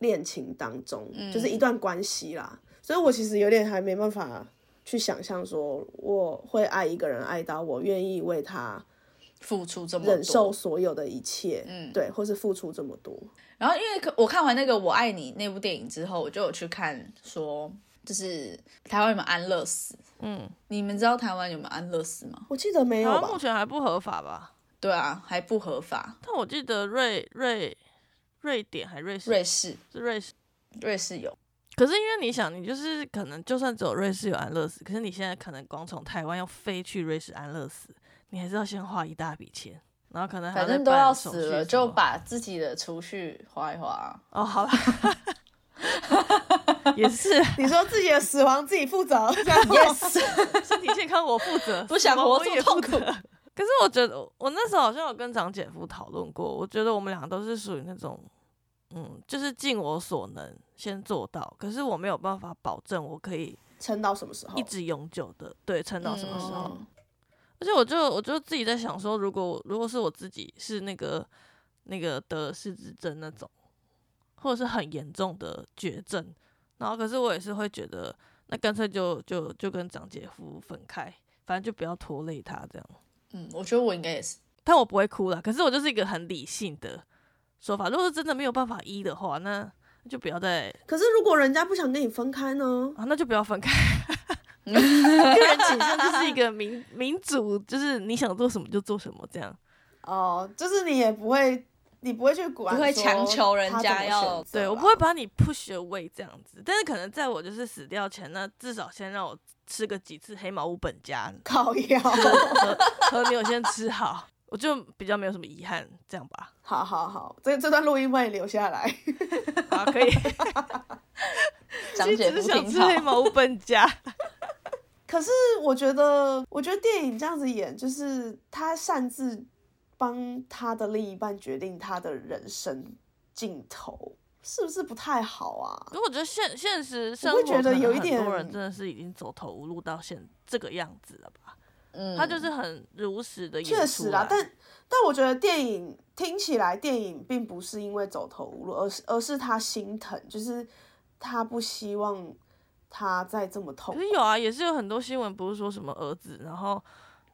C: 恋情当中，
A: 嗯
C: 就是一段关系啦。所以我其实有点还没办法去想象，说我会爱一个人爱到我愿意为他
A: 付出这么多，
C: 忍受所有的一切，
A: 嗯
C: 对，或是付出这么多。
A: 然后因为可我看完那个《我爱你》那部电影之后，我就有去看说，就是台湾有没有安乐死？
B: 嗯，
A: 你们知道台湾有没有安乐死吗？
C: 我记得没有
B: 台湾
C: 吧
B: 目？前还不合法吧？
A: 对啊，还不合法。
B: 但我记得瑞瑞瑞典还瑞士
A: 瑞士，
B: 是瑞士，
A: 瑞士有，
B: 可是因为你想，你就是可能就算只有瑞士有安乐死，可是你现在可能光从台湾要飞去瑞士安乐死，你还是要先花一大笔钱，然后可能还
A: 反正
B: 再
A: 都
B: 办
A: 要
B: 手
A: 死
B: 续
A: 了，
B: 什
A: 就
B: 么
A: 把自己的储蓄花一花啊。
B: 哦好吧， 也 是
C: 你说自己的死亡自己负 责，这样
A: Yes，
B: 身体健康我负责，
A: 不想
B: 死亡
A: 活
B: 我
A: 这
B: 也
A: 么
B: 负
A: 痛苦。
B: 责可是我觉得，我那时候好像有跟长姐夫讨论过，我觉得我们俩都是属于那种，嗯，就是尽我所能先做到，可是我没有办法保证我可以
C: 撑到什么时候
B: 一？直永久的对撑到什么时候。
C: 哦
B: 而且我就我就自己在想说，如果如果是我自己是那个那个得失智症那种，或者是很严重的绝症，然后可是我也是会觉得，那干脆就就就跟长姐夫分开，反正就不要拖累他这样。
A: 嗯，我觉得我应该也是。
B: 但我不会哭啦。可是我就是一个很理性的说法，如果是真的没有办法医的话，那就不要再
C: 可是如果人家不想跟你分开呢？
B: 啊，那就不要分开。个人倾向就是一个民民主，就是你想做什么就做什么这样。
C: 哦，就是你也不会，你不会去管，
A: 不会强求人家要啊
B: 对我不会把你 push away 这样子，但是可能在我就是死掉前，那至少先让我吃个几次黑毛乌本家，
C: 靠药。
B: 和和牛先吃好，我就比较没有什么遗憾，这样吧。
C: 好好好，这这段录音帮你留下来。
B: 好，可以。
A: 长
B: 就
A: 姐夫
B: 只是想
A: 挺
B: 吃
A: 好，
B: 黑毛乌本家。
C: 可是我觉得，我觉得电影这样子演，就是他擅自帮他的另一半决定他的人生尽头，是不是不太好啊？
B: 可我觉得现现实生
C: 我
B: 活，
C: 会觉得有一点
B: 很多人真的是已经走投无路到现这个样子了吧？
A: 嗯，
B: 他就是很如实的演出
C: 确
B: 来。
C: 实啦，但但我觉得电影听起来，电影并不是因为走投无路，而是而是他心疼，就是他不希望他再这么痛
B: 可。是有啊，也是有很多新闻，不是说什么儿子，然后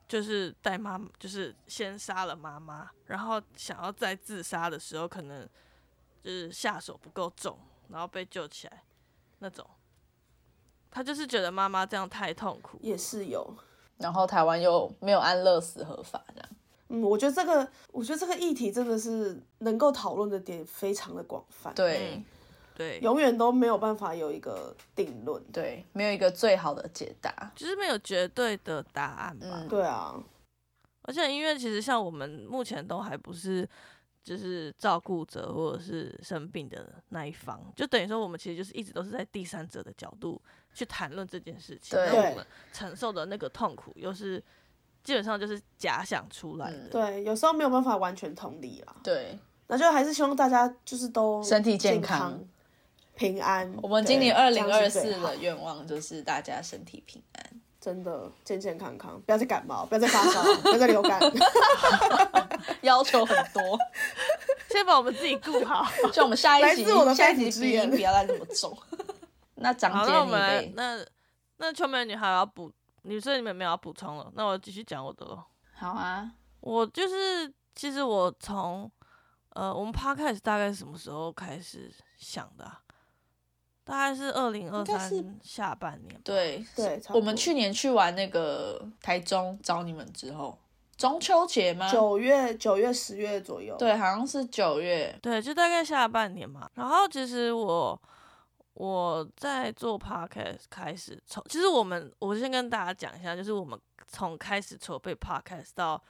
B: 就是带妈，就是先杀了妈妈，然后想要再自杀的时候，可能就是下手不够重，然后被救起来那种。他就是觉得妈妈这样太痛苦，
C: 也是有，
A: 然后台湾又没有安乐死合法这样。
C: 嗯，我觉得这个，我觉得这个议题真的是能够讨论的点非常的广泛，，
A: 对、
B: 对，
C: 永远都没有办法有一个定论。
A: 对，没有一个最好的解答。
B: 就是没有绝对的答案吧。
A: 嗯，
C: 对啊，
B: 而且因为其实像我们目前都还不是就是照顾者或者是生病的那一方，就等于说我们其实就是一直都是在第三者的角度去谈论这件事情，
A: 对
B: 那我们承受的那个痛苦又是基本上就是假想出来
A: 嗯
B: 的。
C: 对，有时候没有办法完全同理啦，
A: 对，
C: 那就还是希望大家就是都
A: 身体健
C: 健
A: 康
C: 平安。
A: 我们今年二
C: 对
A: 零
C: 这
A: 二
C: 样是
A: 四
C: 最好
A: 的愿望就是大家身体平安。
C: 真的健健康康，不要再感冒，不要再发 烧，不要再流感。
A: 要求很多，
B: 先把我们自己 顾好。
A: 像我们下一
C: 来
A: 集，
C: 自我的
A: 下
C: 肺
A: 一
C: 腑
A: 集
C: 之
A: 鼻音
C: 言
A: 不要再那么重。 那长
B: 好，
A: 姐
B: 那我
A: 你
B: 们来
A: 嘞，
B: 那那秋美女孩要补，女生你们没有要补充了，那我继续讲我的喽。
A: 好啊，
B: 我就是，其实我从呃，我们 podcast 大概是什么时候开始想的啊、大概是二零二
A: 该是
B: 三下半年吧。
A: 对，
C: 对，差不多
A: 我们去年去完那个台中找你们之后，中秋节吗？
C: 九月、九月、十月左右。，
B: 啊
A: 对，好像是九月。
B: 对，就大概下半年嘛。然后其实我我在做 podcast 开始筹，其实我们我先跟大家讲一下，就是我们从开始筹备 podcast 到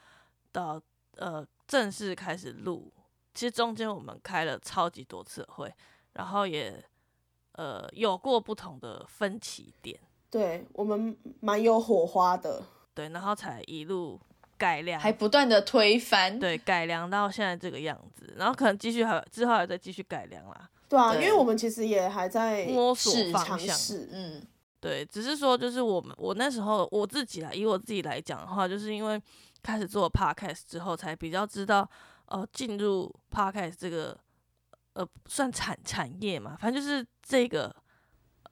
B: 到呃正式开始录，其实中间我们开了超级多次的会，然后也呃有过不同的分歧点，
C: 对我们蛮有火花的。
B: 对，然后才一路改良，
A: 还不断的推翻，
B: 对改良到现在这个样子，然后可能继续还之后还再继续改良啦，
C: 对啊，
A: 对
C: 因为我们其实也还在
B: 摸索
A: 是
B: 方
C: 尝
B: 向，
C: 试。
A: 嗯，
B: 对，只是说就是我们我那时候我自己啦，以我自己来讲的话，就是因为开始做 podcast 之后，才比较知道呃进入 podcast 这个呃算产产业嘛，反正就是这个、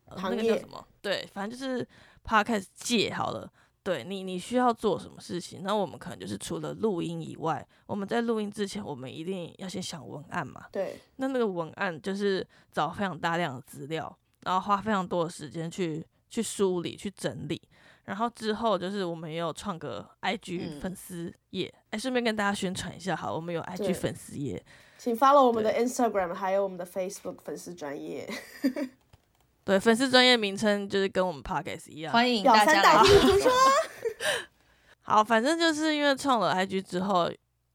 B: 呃、那
C: 行
B: 个
C: 业
B: 叫什么？对，反正就是 podcast 界好了。对你，你需要做什么事情？那我们可能就是除了录音以外，我们在录音之前，我们一定要先想文案嘛。
C: 对，
B: 那那个文案就是找非常大量的资料，然后花非常多的时间去去梳理、去整理。然后之后就是我们也有创个
A: 嗯
B: IG 粉丝页，哎、顺便跟大家宣传一下，好，我们有
C: 对
B: IG 粉丝页，
C: 请 follow 我们的 Instagram，还有我们的 Facebook 粉丝专业，
B: 对，粉丝专业名称就是跟我们 Podcast 一样，
A: 欢迎
C: 表
A: 大
C: 三
A: 家
C: 代
A: 来
C: 替。主 说。
B: 好，反正就是因为创了 IG 之后，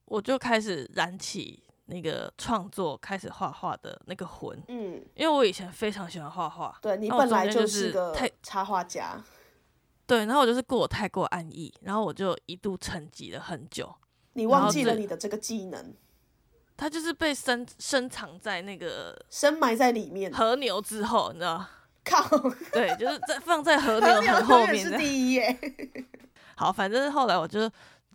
B: 我就开始燃起那个创作、开始画画的那个魂，
C: 嗯，
B: 因为我以前非常喜欢画画，
C: 对你
B: 那我
C: 本来
B: 中间
C: 是
B: 是
C: 个
B: 太
C: 插画家，
B: 对，然后我就是过得太过安逸，然后我就一度沉寂了很久。
C: 你忘记
B: 然后
C: 了
B: 这
C: 你的这个技能，
B: 它就是被深深藏在那个
C: 深埋在里面。
B: 和牛之后，你知道？
C: 靠，
B: 对，就是在放在和牛
C: 永
B: 很
C: 远
B: 后面
C: 是
B: 这样。
C: 第一耶。
B: 好，反正后来我就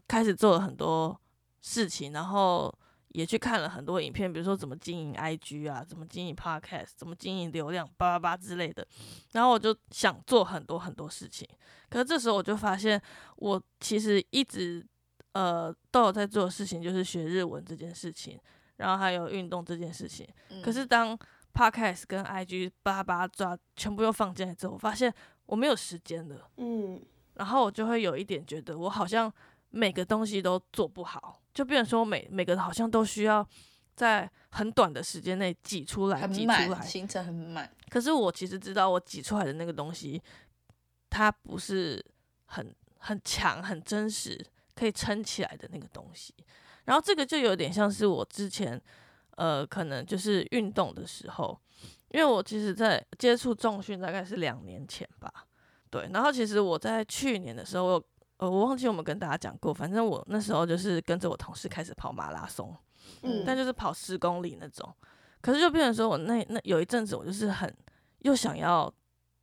B: 开始做了很多事情，然后也去看了很多影片，比如说怎么经营 IG 啊，怎么经营 Podcast，怎么经营流量，叭叭叭之类的。然后我就想做很多很多事情，可是这时候我就发现，我其实一直呃都有在做的事情，就是学日文这件事情，然后还有运动这件事情。
A: 嗯
B: 可是当 Podcast 跟 IG 叭叭抓全部又放进来之后，我发现我没有时间了。
C: 嗯，
B: 然后我就会有一点觉得我好像每个东西都做不好，就变成说每每个好像都需要在很短的时间内挤出来，
A: 很
B: 挤出
A: 满，
B: 来。
A: 行程很满，
B: 可是我其实知道，我挤出来的那个东西，它不是很很强、很真实，可以撑起来的那个东西。然后这个就有点像是我之前，呃，可能就是运动的时候，因为我其实在接触重训大概是两年前吧，对。然后其实我在去年的时候，我有呃，我忘记我们跟大家讲过，反正我那时候就是跟着我同事开始跑马拉松，
C: 嗯
B: 但就是跑十公里那种。可是就变成说我那那有一阵子我就是很又想要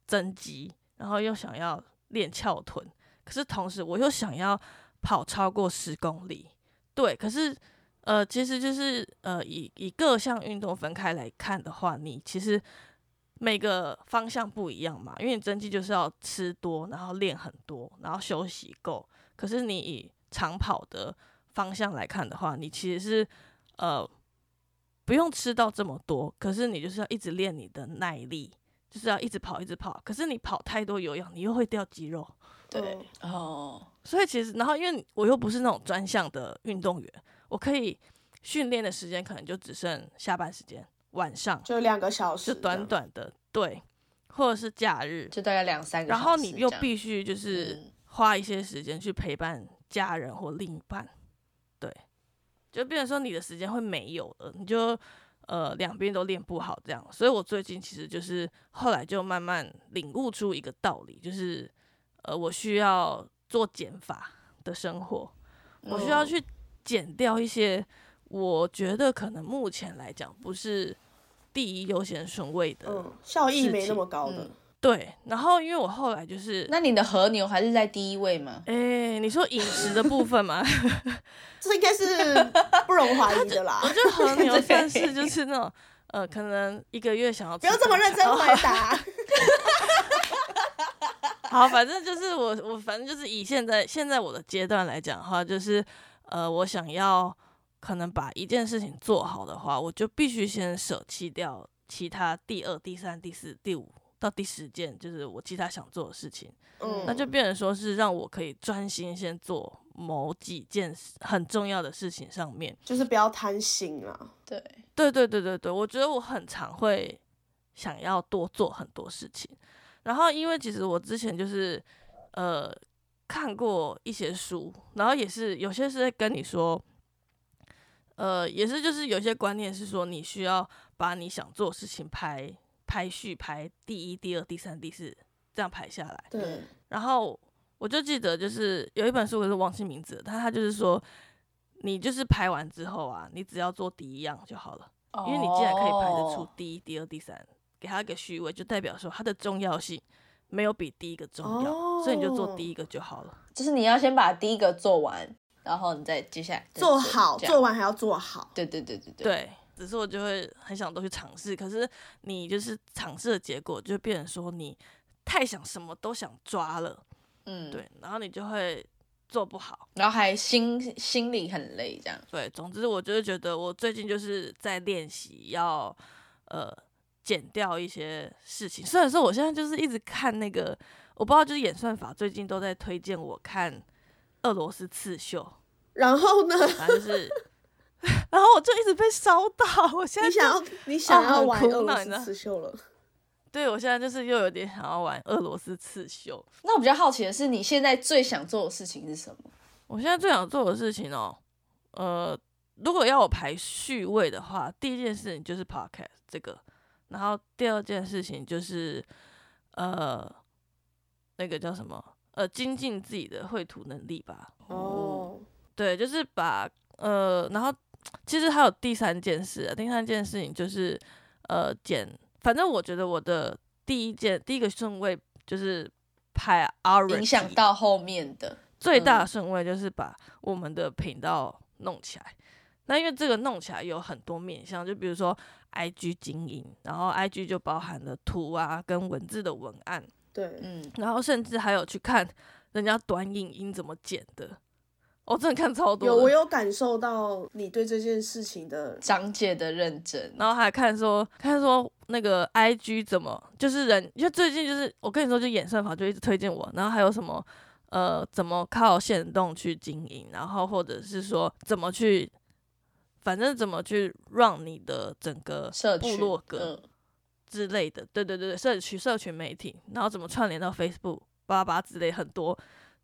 B: 增肌，然后又想要练翘臀，可是同时我又想要跑超过十公里。对，可是呃，其实就是呃，以以各项运动分开来看的话，你其实每个方向不一样嘛，因为你增肌就是要吃多，然后练很多，然后休息够。可是你以长跑的方向来看的话，你其实是呃不用吃到这么多，可是你就是要一直练你的耐力，就是要一直跑，一直跑。可是你跑太多有氧，你又会掉肌肉。
A: 对
C: 嗯
A: 哦，
B: 所以其实，然后因为我又不是那种专项的运动员，我可以训练的时间可能就只剩下班时间，晚上
C: 就两个小
B: 就
C: 时，
B: 短。短的，对，或者是假日，
A: 就大概两三个小
B: 然
A: 时这
B: 后
A: 样。
B: 你又必须就是
A: 嗯
B: 花一些时间去陪伴家人或另一半，对，就变成说你的时间会没有了，你就呃两边都练不好这样。所以我最近其实就是后来就慢慢领悟出一个道理，就是呃我需要做减法的生活，我需要
A: 嗯
B: 去减掉一些我觉得可能目前来讲不是第一优先顺位的，嗯
C: 嗯，效益没那么高
A: 事
C: 的
A: 情，
B: 对。然后因为我后来就是
A: 那你的和牛还是在第一位吗？
B: 哎、你说饮食的部分 嘛，
C: 这应 该是不容怀疑的啦。
B: 就 和牛
A: 对
B: 算是就是那种呃，可能一个月想要
C: 不要这么认真 回
B: 哦
C: 答。
B: 好，反正就是我我反正就是以现在现在我的阶段来讲的话，就是呃，我想要可能把一件事情做好的话，我就必须先舍弃掉其他第二、第三、第四、第五到第十件，就是我其他想做的事情，
C: 嗯，
B: 那就变成说是让我可以专心先做某几件很重要的事情上面。
C: 就是不要贪心啦。
A: 对，
B: 对对对对对，我觉得我很常会想要多做很多事情。然后因为其实我之前就是呃看过一些书，然后也是有些是在跟你说，呃，也是就是有些观念是说你需要把你想做的事情排排序排第一、第二、第三、第四这样排下来。
C: 对，
B: 然后我就记得，就是有一本书，我是忘记名字了，但它就是说，你就是排完之后啊，你只要做第一样就好了，因为你既然可以排得出
A: 哦
B: 第一、第二、第三，给它一个序位，就代表说它的重要性没有比第一个重要，所以你就做
A: 哦
B: 第一个就好了。
A: 就是你要先把第一个做完，然后你再接下来再
C: 做好，
A: 这样
C: 做完还要做好。
A: 对对对对对，
B: 对，只是我就会很想都去尝试，可是你就是尝试的结果，就变成说你太想什么都想抓了，
A: 嗯，
B: 对，然后你就会做不好。
A: 然后还心心里很累这样。
B: 对，总之我就是觉得我最近就是在练习要呃减掉一些事情。虽然说我现在就是一直看那个，我不知道就是演算法最近都在推荐我看俄罗斯刺绣，
C: 然后 呢，
B: 反正就是，然后我就一直被烧到，我现在
C: 你
B: 就
C: 想要你想
B: 哦
C: 要
B: 很
C: 玩
B: 苦
C: 俄罗
B: 恼你知
C: 斯
B: 道
C: 刺绣了，
B: 对我现在就是又有点想要玩俄罗斯刺绣。
A: 那我比较好奇的是，你现在最想做的事情是什么？
B: 我现在最想做的事情哦，呃，如果要我排序位的话，第一件事情就是 podcast 这个，然后第二件事情就是呃，那个叫什么？呃，精进自己的绘图能力吧。
C: 哦，
B: 对，就是把呃，然后其实还有第三件事、啊，第三件事情就是呃，剪。反正我觉得我的第一件第一个顺位就是拍 R，
A: 影响到后面的，
B: 最大
C: 嗯
B: 的顺位就是把我们的频道弄起来。那因为这个弄起来有很多面向，就比如说 I G 经营，然后 I G 就包含了图啊跟文字的文案，
C: 对，
A: 嗯，
B: 然后甚至还有去看人家短影音怎么剪的。我、真的看超多的，
C: 有我有感受到你对这件事情的，
A: 张姐的认真，
B: 然后还看说看说那个 I G 怎么，就是人，就最近就是我跟你说，就演算法就一直推荐我，然后还有什么呃，怎么靠线动去经营，然后或者是说怎么去，反正怎么去让你的整个
A: 社嗯
B: 部
A: 区
B: 落格之类的，对对对对，社区社群媒体，然后怎么串联到 Facebook、巴拉巴拉之类很多，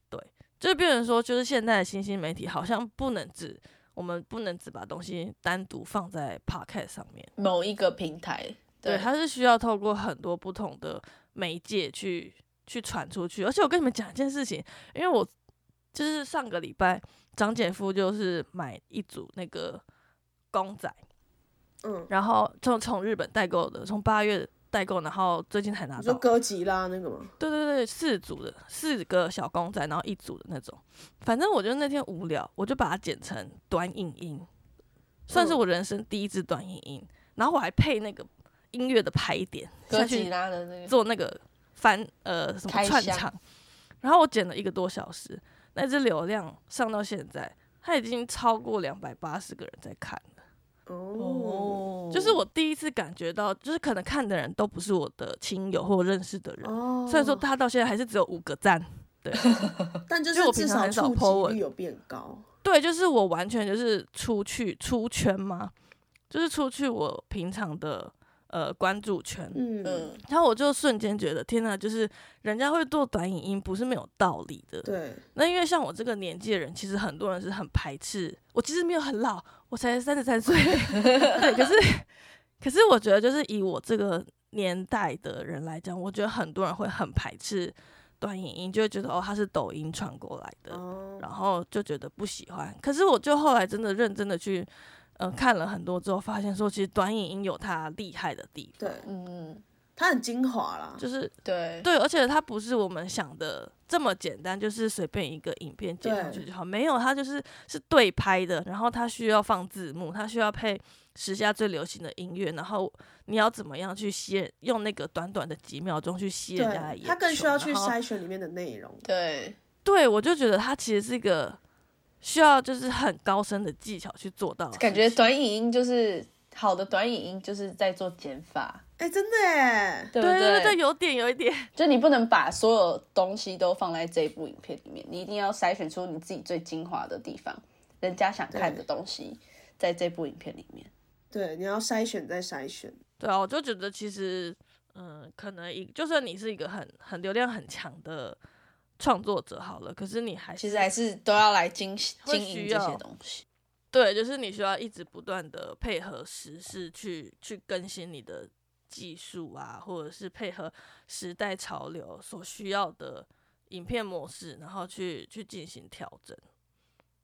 B: 对，就变成说，就是现在的新兴媒体好像不能只。我们不能只把东西单独放在 Podcast 上面，
A: 嗯、某一个平台，
B: 对，它是需要透过很多不同的媒介去去传出去。而且我跟你们讲一件事情，因为我就是上个礼拜张姐夫就是买一组那个公仔，
C: 嗯，
B: 然后从从日本代购的，从八月代购，然后最近才拿
C: 你说
B: 到。
C: 哥吉拉那个吗？
B: 对对对，四组的四个小公仔，然后一组的那种。反正我就那天无聊，我就把它剪成短影音，算是
C: 嗯
B: 我人生第一支短影音。然后我还配那个音乐的拍点
A: 哥
B: 下
A: 吉
B: 去
A: 拉的那个，
B: 做那个翻呃什么
A: 开
B: 串
A: 箱
B: 场，然后我剪了一个多小时，那只流量上到现在，它已经超过两百八十个人在看。
C: 哦
B: 就是我第一次感觉到，就是可能看的人都不是我的亲友或认识的人，
C: 哦，
B: 虽然说他到现在还是只有五个赞，
C: 但就
B: 就是我
C: 至
B: 平常
C: 少
B: 很少
C: 触
B: po
C: 及
B: 文
C: 率有变高。
B: 对，就是我完全就是出去出圈嘛，就是出去我平常的呃关注圈，
C: 嗯，
A: 嗯，
B: 然后我就瞬间觉得天哪，就是人家会做短影音不是没有道理的，
C: 对，
B: 那因为像我这个年纪的人，其实很多人是很排斥。我其实没有很老，我才三十三岁。 对，可是可是我觉得，就是以我这个年代的人来讲，我觉得很多人会很排斥短影音，就会觉得哦，它是抖音传过来的，
C: 哦，
B: 然后就觉得不喜欢。可是我就后来真的认真的去。呃，看了很多之后，发现说其实短影音有它厉害的地方，
C: 对，
A: 嗯，
C: 它很精华啦，
B: 就是
A: 对，
B: 对，而且它不是我们想的这么简单，就是随便一个影片剪上去
C: 对
B: 就好。没有，它就是是对拍的，然后它需要放字幕，它需要配时下最流行的音乐，然后你要怎么样去吸引，用那个短短的几秒钟去吸引人家的
C: 对，
B: 眼
C: 它更
B: 球
C: 需要
B: 然
C: 去
B: 后
C: 筛选里面的内容。
A: 对，
B: 对，我就觉得它其实是一个需要就是很高深的技巧去做到的
A: 感
B: 事
A: 觉
B: 情
A: 短影音就是好的短影音就是在做减法，
C: 哎，真的哎，
A: 对不
B: 对对对，有点有一点。
A: 就你不能把所有东西都放在这一部影片里面，你一定要筛选出你自己最精华的地方，人家想看的东西，在这部影片里面。
C: 对，你要筛选再筛选。
B: 对啊，我就觉得其实，嗯、可能一就算你是一个很很流量很强的创作者好了，可是你还
A: 其
B: 是
A: 实还是都要来经
B: 会
A: 经营
B: 需
A: 这
B: 要
A: 些东西。
B: 对，就是你需要一直不断的配合时事去去更新你的技术啊，或者是配合时代潮流所需要的影片模式，然后去去进行调整。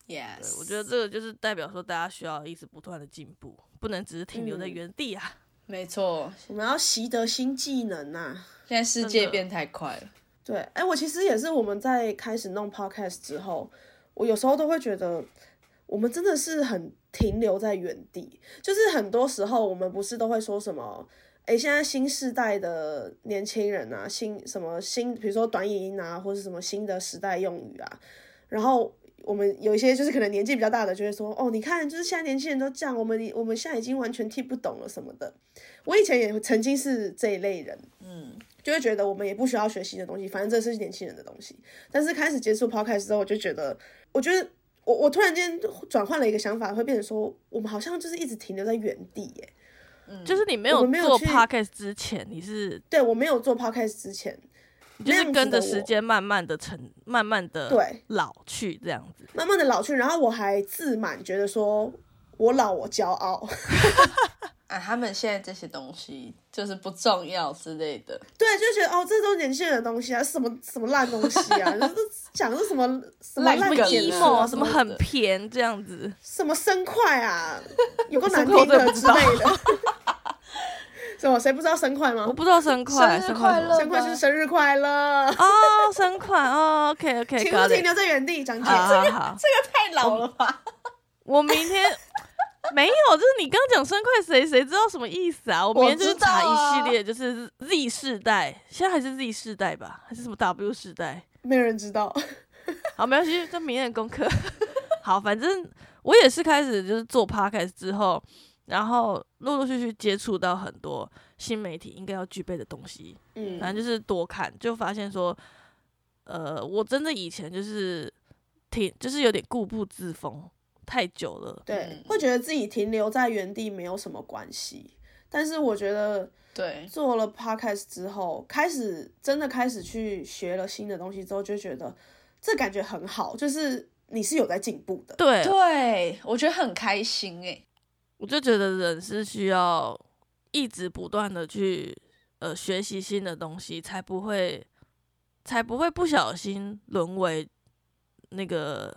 B: 对
A: Yes，，
B: 我觉得这个就是代表说大家需要一直不断的进步，不能只是停留在
C: 嗯
B: 原地啊。
A: 没错。
C: 我们要习得新技能啊呐、
A: 现在世界变太快了，
C: 对，哎、我其实也是，我们在开始弄 podcast 之后，我有时候都会觉得，我们真的是很停留在原地。就是很多时候，我们不是都会说什么，哎、现在新时代的年轻人啊，新什么新，比如说短影音啊，或是什么新的时代用语啊，然后。我们有一些就是可能年纪比较大的就会说，哦，你看，就是现在年轻人都这样，我们我们现在已经完全听不懂了什么的。我以前也曾经是这一类人，就会觉得我们也不需要学新的东西，反正这是年轻人的东西。但是开始接触 podcast 之后，我就觉得，我觉得我我突然间转换了一个想法，会变成说，我们好像就是一直停留在原地耶。
B: 就是你没
C: 嗯我
B: 有
C: 们没有
B: 做
C: 去
B: podcast 之前，你是
C: 对我没有做 podcast 之前，
B: 你就
C: 那
B: 是
C: 样子
B: 跟着
C: 的
B: 时
C: 我
B: 间慢慢的成，慢慢的
C: 对
B: 老去这样子。
C: 慢慢的老去，然后我还自满，觉得说我老我骄傲。
A: 啊，他们现在这些东西就是不重要之类的，
C: 对，就觉得哦，这都是年轻人的东西啊，什么什么烂东西啊， 就是讲是什么什么
A: 烂
C: 烂
A: 梗
B: 什么
A: 啊
C: 点
A: 简
C: 子
A: 直
C: 啊
B: emo 什么很偏这样子，
C: 什么生快 啊，有个难
B: 生快我
C: 听
B: 真的
C: 的
B: 不知
C: 之
B: 道
C: 类的。 什么？谁不知道生快吗？
B: 我不知道生快
A: 生日
B: 生
A: 快
B: 快什么
A: 乐
C: 生快就是生日快乐，
B: 哦，生快哦，OK OK，
C: 请勿
B: got
C: 停
B: it，
C: 留在原地，讲解。
B: 好好好，
A: 太老了 吧？
B: 我明天没有，就是你刚讲生快谁谁知道什么意思啊？我明天就是
A: 我知道
B: 查
A: 啊
B: 一系列，就是 Z 世代，现在还是 Z 世代吧，还是什么 W 世代？
C: 没有人知道。
B: 嗯好，没关系，这明天的功课。 好，反正我也是开始就是做 podcast 之后，然后陆陆续续接触到很多新媒体应该要具备的东西，
C: 嗯，
B: 反正就是多看，就发现说，呃，我真的以前就是挺就是有点固步自封太久了，
C: 对
A: 嗯，
C: 会觉得自己停留在原地没有什么关系。但是我觉得
A: 对，
C: 做了 podcast 之后，开始真的开始去学了新的东西之后，就觉得这感觉很好，就是你是有在进步的。
B: 对，
A: 对，我觉得很开心哎、
B: 我就觉得人是需要一直不断的去呃学习新的东西，才不会才不会不小心沦为那个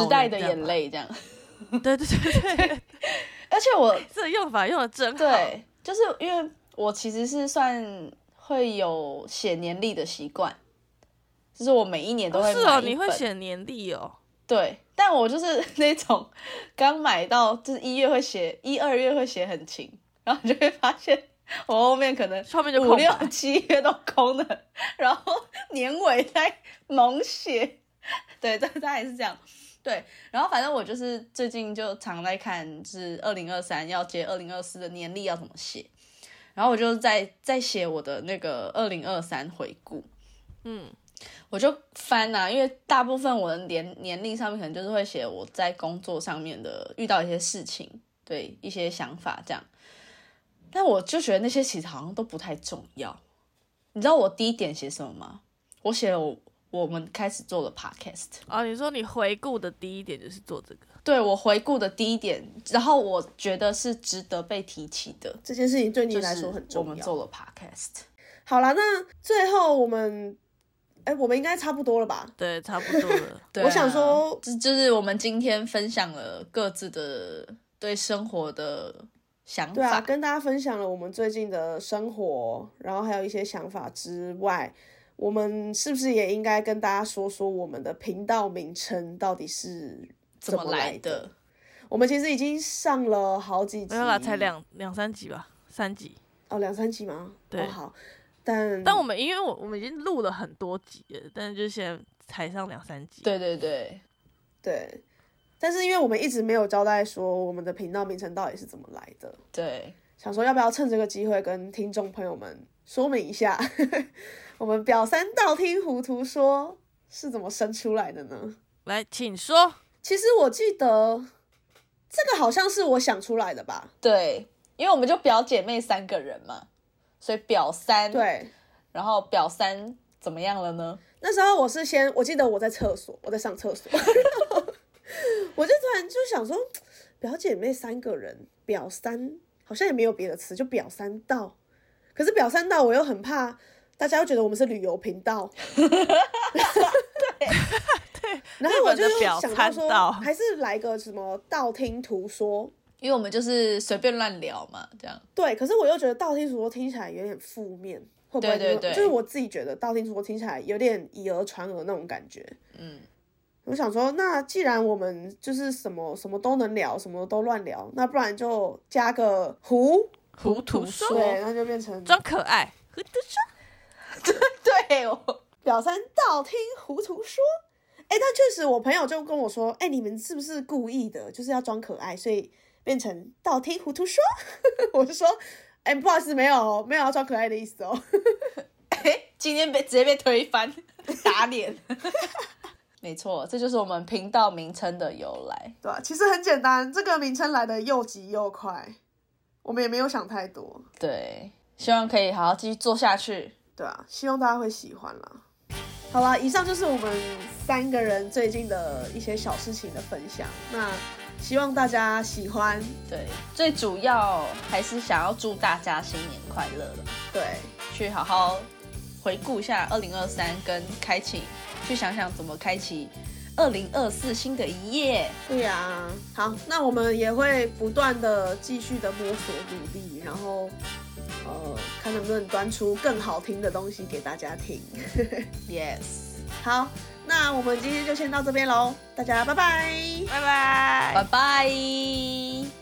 A: 时
B: 人
A: 代的
B: 这样
A: 眼
B: 吧。
A: 泪这样。
B: 对对对对，
A: 而且我
B: 这用法用的真好。
A: 对，就是因为我其实是算会有写年历的习惯，就是我每一年都会买一
B: 是
A: 本、
B: 哦，你会写年历哦，
A: 对，但我就是那种刚买到，就是一月会写，一二月会写很勤，然后你就会发现我后面可能
B: 上面就
A: 五
B: 空
A: 六
B: 白。
A: 七月都空的，然后年尾再猛写， 对，大大概是这样。对，然后反正我就是最近就常在看，就是二零二三要接二零二四的年历要怎么写，然后我就在在写我的那个二零二三回顾，
B: 嗯，
A: 我就翻啊，因为大部分我的年年历上面可能就是会写我在工作上面的遇到一些事情，对一些想法这样。但我就觉得那些其实好像都不太重要。你知道我第一点写什么吗？我写了我我们开始做的 podcast。
B: 哦，你说你回顾的第一点就是做这个，
A: 对我回顾的第一点，然后我觉得是值得被提起的，
C: 这件事情对你
A: 就
C: 来
A: 是
C: 说很
A: 我
C: 重
A: 们
C: 要。
A: 做了 podcast。
C: 好啦，那最后我们，哎，我们应该差不多了吧？
B: 对，差不多了。
A: 对
C: 我想说
A: 这就是我们今天分享了各自的对生活的想法。
C: 对啊，跟大家分享了我们最近的生活，然后还有一些想法之外，我们是不是也应该跟大家说说我们的频道名称到底是
A: 怎么来
C: 来
A: 的？？
C: 我们其实已经上了好几集，
B: 没有啦，才两两三集吧，三集。
C: 哦两三集吗？
B: 对
C: 哦、好，
A: 嗯
C: 但
B: 但我们因为我我们已经录了很多集了，但是就先才上两三集。，
A: 对对对，
C: 对，但是因为我们一直没有交代说我们的频道名称到底是怎么来的，
A: 对，
C: 想说要不要趁这个机会跟听众朋友们说明一下， 我们表三道听糊涂说是怎么生出来的呢？
B: 来，请说。
C: 其实我记得这个好像是我想出来的吧？
A: 对，因为我们就表姐妹三个人嘛，所以表三，，
C: 对，
A: 然后表三怎么样了呢？
C: 那时候我是先，我记得我在厕所，我在上厕所，然后我就突然就想说，表姐妹三个人，表三好像也没有别的词，就表三道。可是表三道我又很怕大家又觉得我们是旅游频 道， 对，然后我就
B: 日本的表
C: 想到
B: 参
C: 说，
B: 道
C: 还是来个什么道听途说，
A: 因为我们就是随便乱聊嘛，这样，
C: 对，可是我又觉得道听途说听起来有点负面，会不会
A: 对对
C: 就是
A: 对
C: 就是我自己觉得道听途说听起来有点以讹传讹那种感觉。
A: 嗯，
C: 我想说，那既然我们就是什么什么都能聊，什么都乱聊，那不然就加个胡，
B: 糊涂
A: 说
C: 对，那就变成
B: 装可爱，糊涂说。
A: 对哦，
C: 表三道听糊涂说。哎，但确实，我朋友就跟我说，哎，你们是不是故意的，就是要装可爱，所以变成道听糊涂说？ 我就说，哎，不好意思，没有哦，没有要装可爱的意思哦。
A: 嘿 今天被直接被推翻，打脸。 没错，这就是我们频道名称的由来。
C: 对啊，其实很简单，这个名称来的又急又快，我们也没有想太多，
A: 对，希望可以好好继续做下去。
C: 对啊，希望大家会喜欢啦。好啦，以上就是我们三个人最近的一些小事情的分享，那希望大家喜欢。
A: 对，最主要还是想要祝大家新年快乐了。
C: 对，
A: 去好好回顾一下二零二三，跟开启，去想想怎么开启二零二四新的一页。
C: 对呀、好，那我们也会不断的继续的摸索努力，然后呃，看能不能端出更好听的东西给大家听。
A: Yes，
C: 好，那我们今天就先到这边喽，大家拜拜。
B: 拜拜
A: 拜。拜。